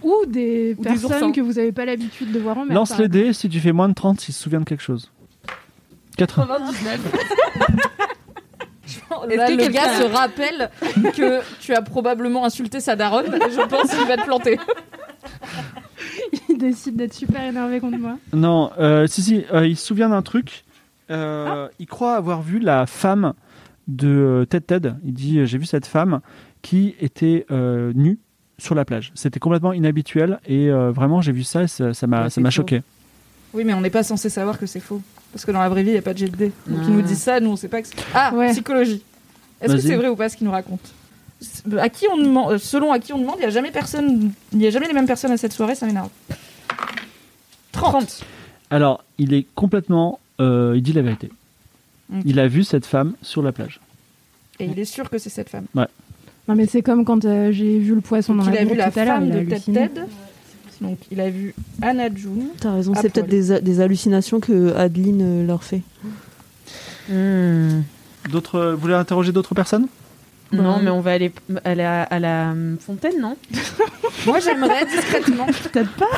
S10: Ou des
S7: Ou des
S10: personnes
S7: oursins.
S10: que vous n'avez pas l'habitude de voir en mer.
S3: Lance
S10: par
S3: les dés, si tu fais moins de 30, s'ils se souviennent de quelque chose. 80.
S2: 99.
S12: Est-ce
S2: Là,
S12: que
S2: le
S12: quelqu'un-
S2: gars se rappelle que tu as probablement insulté sa daronne. Je pense qu'il va te planter.
S10: exemple. Il décide d'être super énervé contre moi.
S3: Non, euh, si, si, euh, il se souvient d'un truc. Euh, Il croit avoir vu la femme de euh, Ted Ted. Il dit euh, J'ai vu cette femme qui était euh, nue sur la plage. C'était complètement inhabituel et euh, vraiment, j'ai vu ça et ça ça m'a ça m'a choqué.
S2: Oui, mais on n'est pas censé savoir que c'est faux. Parce que dans la vraie vie, il n'y a pas de jet de dés. Donc ils nous disent ça, nous on sait pas que c'est. Ah, psychologie. Est-ce que
S3: Vas-y.
S2: c'est vrai ou pas ce qu'ils nous racontent C'est- à qui on demande, euh, Selon à qui on demande, il n'y a jamais personne, il n'y a jamais les mêmes personnes à cette soirée, ça m'énerve. 30.
S3: Alors, il est complètement. euh, il dit la vérité.
S2: Ok.
S3: Il a vu cette femme sur la plage.
S2: Et il est sûr que c'est cette femme.
S3: Ouais.
S10: Non, mais c'est comme quand euh, j'ai vu le poisson dans
S2: Donc, il
S10: la
S2: a
S10: boue
S2: vu la
S10: tout à l'heure.
S2: femme
S10: il a
S2: de Ted
S10: halluciné.
S2: Ted. Donc il a vu Anna June.
S8: Ah, T'as raison,
S2: À
S8: c'est peut-être
S2: poil.
S8: des, des hallucinations que Adeline euh, leur fait.
S3: D'autres, euh, vous voulez interroger d'autres personnes
S7: Hmm. Non, mais on va aller à la, à la hum, fontaine, non
S2: Moi, j'aimerais discrètement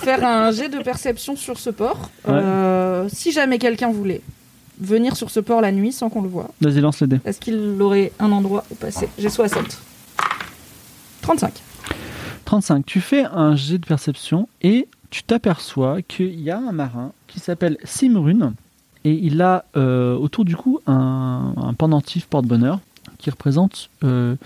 S2: faire un jet de perception sur ce port. Euh, si jamais quelqu'un voulait venir sur ce port la nuit sans qu'on le voit,
S3: Vas-y, lance les dés.
S2: est-ce qu'il aurait un endroit où passer J'ai 60. 35.
S3: 35. Tu fais un jet de perception et tu t'aperçois qu'il y a un marin qui s'appelle Simrun et il a euh, autour du cou un, un pendentif porte-bonheur qui représente euh,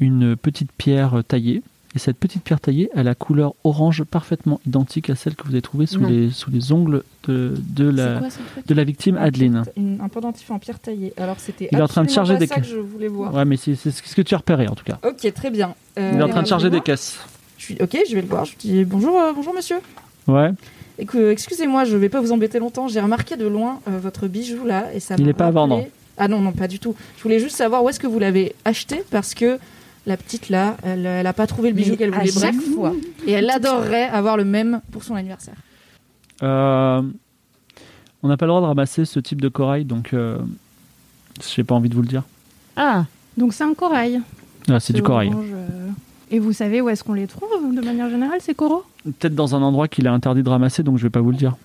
S3: une petite pierre taillée. Et cette petite pierre taillée a la couleur orange parfaitement identique à celle que vous avez trouvée sous,
S2: Non.
S3: les, sous les ongles de, de, la,
S2: quoi Ah, son truc
S3: de la victime Adeline.
S2: Une- un pendentif en pierre taillée. Alors, c'était
S3: Il est en train de
S2: absolument
S3: charger
S2: pas
S3: des
S2: ça que je voulais voir.
S3: Ouais, mais c'est c'est ce que tu as repéré en tout cas.
S2: Ok, très bien. Euh,
S3: Il est en train
S2: euh,
S3: de charger
S2: moi,
S3: des caisses.
S2: Je suis... Ok, je vais le voir. Je dis bonjour, euh, bonjour monsieur.
S3: Ouais.
S2: Écou- euh, Excusez-moi, je vais pas vous embêter longtemps. J'ai remarqué de loin euh, votre bijou là et ça.
S3: Il
S2: m'a
S3: est pas à
S2: rappelé-
S3: vendre.
S2: Ah non, non, pas du tout. Je voulais juste savoir où est-ce que vous l'avez acheté parce que la petite là, elle, elle a pas trouvé le bijou
S7: Mais
S2: qu'elle
S7: à
S2: voulait.
S7: chaque
S2: bref.
S7: fois.
S2: Et elle adorerait avoir le même pour son anniversaire.
S3: Euh, on n'a pas le droit de ramasser ce type de corail, donc euh, j'ai pas envie de vous le dire.
S10: Ah, donc c'est un corail.
S3: Ah, c'est du corail.
S10: orange, euh, Et vous savez où est-ce qu'on les trouve de de manière générale, c'est Koro
S3: Peut-être dans un endroit qu'il est interdit de ramasser, donc je vais pas vous le dire.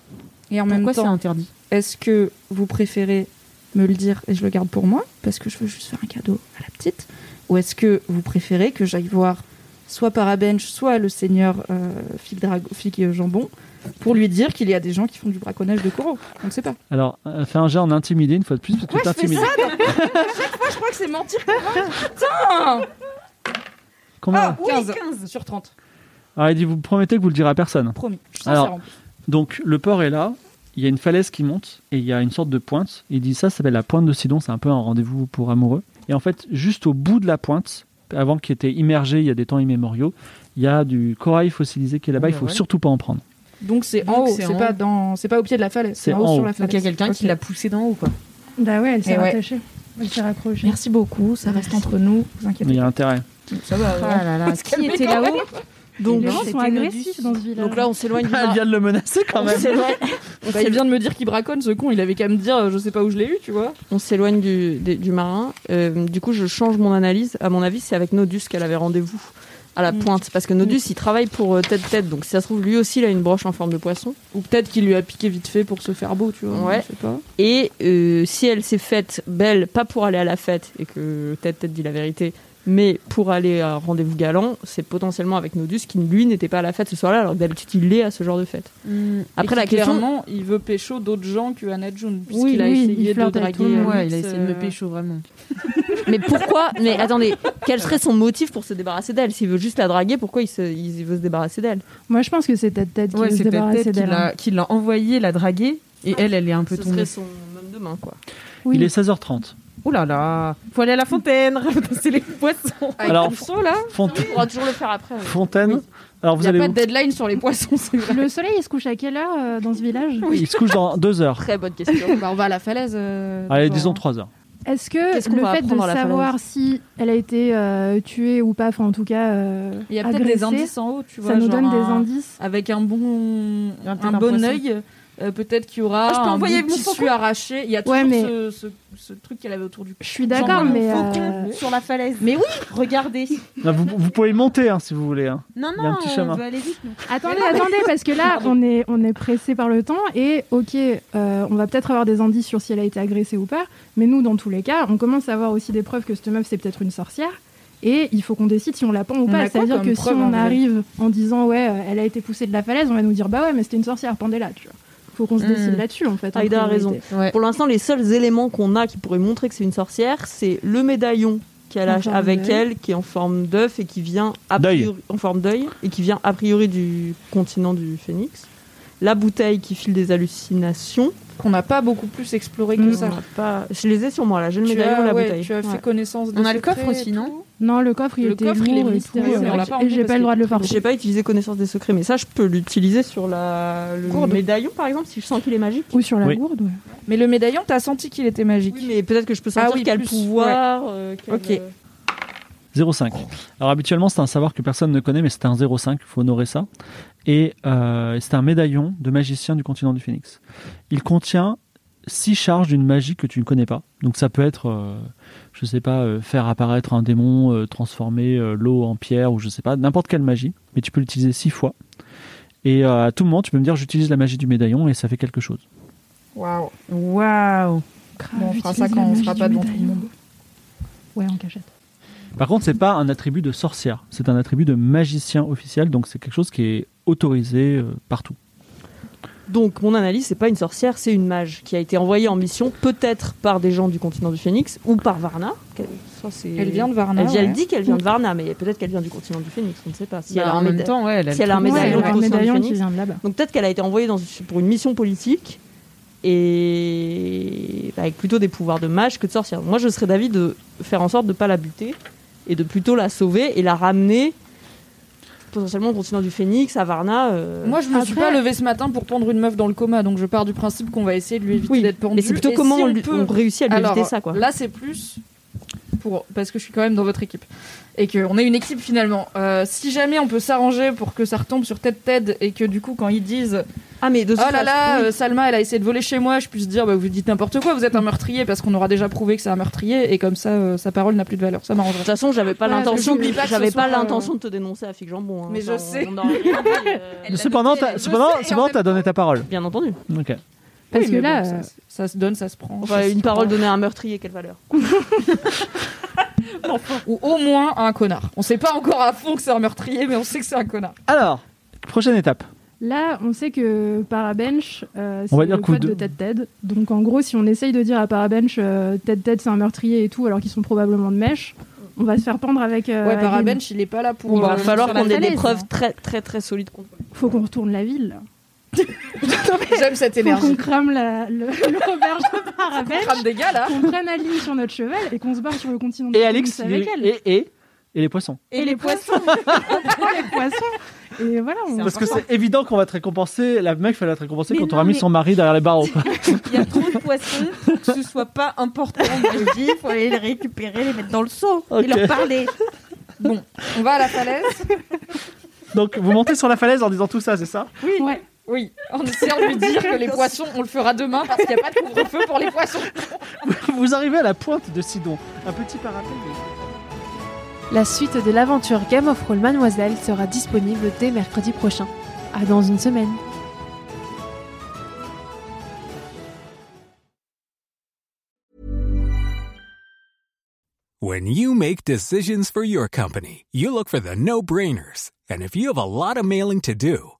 S12: Et en même
S7: Pourquoi
S12: temps,
S7: c'est interdit
S12: Est-ce que vous préférez me le dire et je le garde pour moi parce que je veux juste faire un cadeau à la petite Ou est-ce que vous préférez que j'aille voir soit Parabench, soit le seigneur euh, Fig, Drago- Fig, euh, Jambon pour lui dire qu'il y a des gens qui font du braconnage de Koro On ne sait pas.
S3: Alors, euh, fais un jet en intimidé une fois de plus, parce que
S12: Ouais,
S3: tu
S12: je fais
S3: t'intimides.
S12: ça donc. Chaque fois, Ah, je crois que c'est mentir. convaincre. Putain
S3: Combien
S12: Ah, oui, 15. sur 30.
S3: Alors, Ah, il dit Vous promettez que vous le direz à personne
S12: Promis. Je suis sincère, en
S3: Alors, donc, le port est là, il y a une falaise qui monte, et il y a une sorte de pointe. Il dit Ça, ça s'appelle la pointe de Sidon, c'est un peu un rendez-vous pour amoureux. Et en fait, juste au bout de la pointe, avant qu'il était immergé il y a des temps immémoriaux, il y a du corail fossilisé qui est là-bas,
S2: Oh,
S3: il
S2: bah
S3: faut
S2: ouais.
S3: surtout pas en prendre.
S2: Donc c'est en
S12: Donc
S2: haut,
S12: c'est
S2: c'est
S12: en
S2: pas
S12: haut.
S2: dans, c'est pas au pied de la falaise, c'est
S3: C'est
S2: en haut
S3: en
S2: sur
S3: haut.
S2: la
S3: Donc,
S2: falaise.
S7: il y a quelqu'un qui l'a poussé d'en haut, quoi.
S10: Bah ouais, elle s'est
S7: Eh ouais.
S10: rattachée. Elle s'est raccrochée.
S12: Merci beaucoup, ça reste entre nous, vous
S3: Mais
S12: inquiétez
S3: il y a intérêt.
S12: pas. Ça va.
S7: Ah là là, qui était là-haut
S10: Donc, les
S7: Non,
S10: gens
S7: c'était
S10: sont agressifs dans ce village.
S8: Donc là, on s'éloigne
S7: Ah,
S8: du
S3: Elle
S8: mar-
S3: vient de le menacer quand
S8: on
S3: même.
S8: s'éloigne-
S2: Bah, il vient de me dire qu'il braconne ce con, il avait qu'à me dire euh, je sais pas où je l'ai eu, tu vois.
S8: on s'éloigne du, des- du marin. Euh, du coup, je change mon analyse. À mon avis, c'est avec Nodus qu'elle avait rendez-vous à la pointe. Parce que Nodus, il travaille pour euh, Tête Tête. Donc, si ça se trouve, lui aussi, il a une broche en forme de poisson.
S2: Ou peut-être qu'il lui a piqué vite fait pour se faire beau, tu vois.
S8: Ouais.
S2: Je sais pas.
S8: Et euh, si elle s'est faite belle, pas pour aller à la fête, et que Tête Tête dit la vérité, mais pour aller à un rendez-vous galant, c'est potentiellement avec Nodus qui, lui, n'était pas à la fête ce soir-là, alors que d'habitude, il est à ce genre de fête. Mm. Après,
S2: Et
S8: la
S2: qui,
S8: question-
S2: clairement, il veut pécho d'autres gens que Anna June, puisqu'il
S8: Oui,
S2: a
S8: oui, il
S2: essayé de
S8: flirte avec
S2: draguer.
S8: tout le monde.
S2: Alex,
S7: Ouais, il a essayé de me
S2: euh,
S7: pécho, vraiment.
S8: Mais pourquoi Mais attendez, quel serait son motif pour se débarrasser d'elle S'il veut juste la draguer, pourquoi il, se- il veut se débarrasser d'elle
S10: Moi, je pense que c'est Tête Tête qui
S7: Ouais,
S10: veut se
S7: c'est peut-être
S10: débarrasser
S7: qu'il
S10: d'elle. hein.
S7: l'a- qu'il l'a envoyé la draguer et elle, elle est un peu
S8: Ce
S7: tombée.
S8: serait son même demain, quoi.
S10: hein. Oui.
S3: Il est 16h30.
S7: Ouh là là Faut aller à la fontaine, c'est les poissons
S3: Alors,
S2: le saut, là
S3: Font-
S8: On pourra toujours le faire après. ouais.
S3: Fontaine. Alors,
S2: Il
S3: vous
S2: n'y a
S3: allez
S2: pas
S3: où
S2: de deadline sur les poissons, c'est vrai.
S10: Le soleil, il se couche à quelle heure euh, dans ce village
S3: Il se couche dans deux heures.
S8: Très bonne question.
S2: Bah, on va à la falaise. euh,
S3: Allez,
S2: d'abord,
S3: disons
S2: hein.
S3: trois heures.
S10: Est-ce
S8: Qu'est-ce
S10: que
S8: qu'on
S10: le
S8: va
S10: fait de
S8: apprendre à la
S10: savoir si elle a été euh, tuée ou pas, enfin en tout cas euh,
S2: Il y a peut-être
S10: agressée,
S2: des indices en haut, tu vois.
S10: ça nous
S2: genre
S10: donne des
S2: un-
S10: indices.
S2: Avec un bon,
S7: Il y a peut-être
S2: un
S7: un
S2: bon
S7: poisson.
S2: œil, euh, peut-être qu'il y aura
S8: Ah, je peux
S2: un
S8: envoyer
S2: bout
S8: mon
S2: de tissu
S8: faucon
S2: arraché. Il y a toujours
S10: Ouais, mais-
S2: ce, ce- ce truc qu'elle avait autour du cou.
S10: Je suis d'accord,
S2: J'envoie
S10: mais
S2: mon
S10: euh,
S7: sur la falaise.
S2: Mais oui
S7: Regardez
S3: Là, vous, vous pouvez monter hein, si vous voulez. hein.
S7: Non, bah,
S3: Il y a un petit chemin.
S7: aller vite, nous.
S10: attendez, Ah, attendez, parce que là on est on est pressé par le temps et ok, euh, on va peut-être avoir des indices sur si elle a été agressée ou pas, mais nous dans tous les cas, on commence à avoir aussi des preuves que cette meuf c'est peut-être une sorcière. Et il faut qu'on décide si on la pend ou
S2: On a
S10: pas.
S2: quoi
S10: C'est-à-dire
S2: comme
S10: que si
S2: preuve, en
S10: on
S2: vrai
S10: arrive en disant ouais, euh, elle a été poussée de la falaise, on va nous dire bah ouais, mais c'était une sorcière, pendez-la. Tu vois. Faut qu'on se
S2: Hmm.
S7: Mm.
S10: décide là-dessus en fait. en
S8: Aïda a
S10: priorité.
S8: raison. Pour l'instant, les seuls éléments qu'on a qui pourraient montrer que c'est une sorcière, c'est le médaillon qu'elle
S10: En
S8: a
S10: forme
S8: avec
S10: d'œil.
S8: elle, qui est en forme d'œuf et qui vient a
S3: D'œil.
S8: priori, en forme d'œil et qui vient a priori du continent du Phénix. La bouteille qui file des hallucinations.
S2: Qu'on n'a pas beaucoup plus exploré que
S10: Mm.
S2: ça.
S8: On a pas... Je les ai sur moi là. J'ai le
S2: Tu
S8: médaillon,
S2: as,
S8: la
S2: ouais,
S8: bouteille.
S2: tu as fait
S8: Ouais.
S2: connaissance de
S7: On a le
S2: secrets
S7: coffre aussi,
S2: et tout.
S7: non
S10: Non, le coffre, il
S2: Le
S10: était
S2: coffre, il est
S10: lourd et tout,
S2: mystérieux,
S10: euh,
S2: on l'a pas
S10: et
S2: emmené
S10: j'ai pas
S2: parce
S10: le droit de le porter.
S8: J'ai pas utilisé connaissance des secrets, mais ça, je peux l'utiliser sur la... le
S2: Gourde.
S8: médaillon, par exemple, si je sens qu'il est magique.
S10: Ou sur la
S3: Oui.
S10: gourde, ouais.
S2: Mais le médaillon, t'as senti qu'il était magique.
S8: Oui, mais peut-être que je peux sentir
S2: Ah oui,
S8: qu'elle
S2: plus,
S8: pouvoir. euh, qu'elle,
S2: Ok.
S8: euh,
S3: 0,5. Alors habituellement, c'est un savoir que personne ne connaît, mais c'est un 0,5, il faut honorer ça. Et euh, c'est un médaillon de magicien du continent du Phénix. Il contient six charges d'une magie que tu ne connais pas. Donc ça peut être, euh, je sais pas, euh, faire apparaître un démon, euh, transformer euh, l'eau en pierre, ou je sais pas, n'importe quelle magie, mais tu peux l'utiliser six fois. Et euh, à tout moment, tu peux me dire j'utilise la magie du médaillon et ça fait quelque chose.
S12: Waouh.
S7: Waouh
S10: Grave,
S12: Bon, on fera
S10: utiliser
S12: ça quand
S10: la
S12: on
S10: magie
S12: sera
S10: du
S12: pas devant tout
S10: médaillon.
S12: le monde.
S10: Ouais, en cachette.
S3: Par contre, c'est pas un attribut de sorcière, c'est un attribut de magicien officiel, donc c'est quelque chose qui est autorisé euh, partout.
S8: Donc, mon analyse, c'est pas une sorcière, c'est une mage qui a été envoyée en mission, peut-être par des gens du continent du Phénix ou par Varna. Qu'elle- ça, c'est-
S2: Elle vient de Varna.
S8: Elle, vient- elle
S2: ouais.
S8: dit qu'elle vient de Varna, mais peut-être qu'elle vient du continent du Phénix, on ne sait pas. Si elle a
S7: Bah,
S8: un
S7: En même
S8: méda-
S7: temps, ouais, elle a
S8: si elle a un
S10: Ouais,
S8: médaillon
S10: elle
S8: du
S10: a un
S8: continent du
S10: médaillon qui
S8: Phénix.
S10: vient de là-bas.
S8: Donc peut-être qu'elle a été envoyée dans, pour une mission politique et avec plutôt des pouvoirs de mage que de sorcière. Moi, je serais d'avis de faire en sorte de ne pas la buter et de plutôt la sauver et la ramener potentiellement au continent du Phénix, à Varna. euh.
S2: Moi, je me suis
S10: Après-
S2: pas levée ce matin pour pendre une meuf dans le coma, donc je pars du principe qu'on va essayer de lui éviter
S8: Oui,
S2: d'être pendue.
S8: mais c'est plutôt
S2: Et
S8: comment
S2: si
S8: on,
S2: on
S8: lui-
S2: peut-
S8: on réussit à lui
S2: Alors,
S8: éviter ça, quoi.
S2: Là, c'est plus pour parce que je suis quand même dans votre équipe et qu'on est une équipe finalement. Euh, si jamais on peut s'arranger pour que ça retombe sur tête Ted et que du coup quand ils disent
S8: ah mais de
S2: oh là
S8: façon,
S2: là
S8: oui.
S2: euh, Salma elle a essayé de voler chez moi, je puisse dire bah, vous dites n'importe quoi, vous êtes un meurtrier parce qu'on aura déjà prouvé que c'est un meurtrier et comme ça euh, sa parole n'a plus de valeur. Ça m'arrangerait. De toute
S8: façon j'avais pas l'intention
S2: de
S8: j'avais pas l'intention de te dénoncer à Fig Jambon. hein.
S2: Mais je
S8: Enfin,
S2: sais.
S8: on en-
S3: Cependant, t'as- cependant, cependant, t'as donné ta parole.
S8: Bien entendu.
S3: Ok.
S2: Parce
S8: Oui,
S2: que
S8: mais
S2: là,
S8: bon, ça-
S2: ça, se donne, ça se prend.
S8: Enfin, une parole donnée à un meurtrier, quelle valeur
S2: Ou au moins un connard. On sait pas encore à fond que c'est un meurtrier, mais on sait que c'est un connard.
S3: Alors, prochaine étape.
S13: Là, on sait que Parabench, euh, c'est
S3: On va
S13: le
S3: dire que vous
S13: code
S3: deux-
S13: de Ted Ted. Donc en gros, si on essaye de dire à Parabench, euh, Ted Ted c'est un meurtrier et tout, alors qu'ils sont probablement de mèche, on va se faire pendre avec. euh,
S2: Ouais,
S13: Aline.
S2: Parabench, il est pas là pour.
S8: Il bah, va
S2: euh,
S8: falloir
S2: sur la
S8: qu'on ait des
S2: falaise,
S8: preuves
S2: hein.
S8: très très très solides contre.
S13: Faut qu'on retourne la ville. là.
S2: J'aime cette
S3: Eh
S13: Faut qu'on
S2: énergie.
S13: crame la- le, le Robert de Parabench.
S2: crame des gars, là.
S13: Qu'on prenne Aline sur notre cheval et qu'on se barre sur le continent.
S3: Et
S13: de
S3: Alex,
S13: avec
S3: il-
S13: elle.
S3: et, et, et les poissons.
S13: Et les poissons. et les poissons. Et voilà. on-
S3: Parce que c'est évident qu'on va te récompenser. La meuf, elle va te récompenser
S13: Mais
S3: quand on
S13: non,
S3: aura mis
S13: mais-
S3: son mari derrière les barreaux.
S7: Il y a trop de poissons pour que ce soit pas important de le dire. Il faut aller les récupérer, les mettre dans le seau
S3: Ok.
S7: et leur parler.
S2: Bon, on va à la falaise.
S3: Donc, vous montez sur la falaise en disant tout ça, c'est ça
S2: Oui. Oui, en essayant de lui dire que les poissons, on le fera demain parce qu'il n'y a pas de couvre-feu pour les poissons.
S3: Vous arrivez à la pointe de Sidon. Un petit parapluie.
S1: La suite de l'aventure Game of Roll Mademoiselle sera disponible dès mercredi prochain. À dans une semaine.
S10: When you make decisions for your company, you look for the no brainers. And if you have a lot of mailing to do,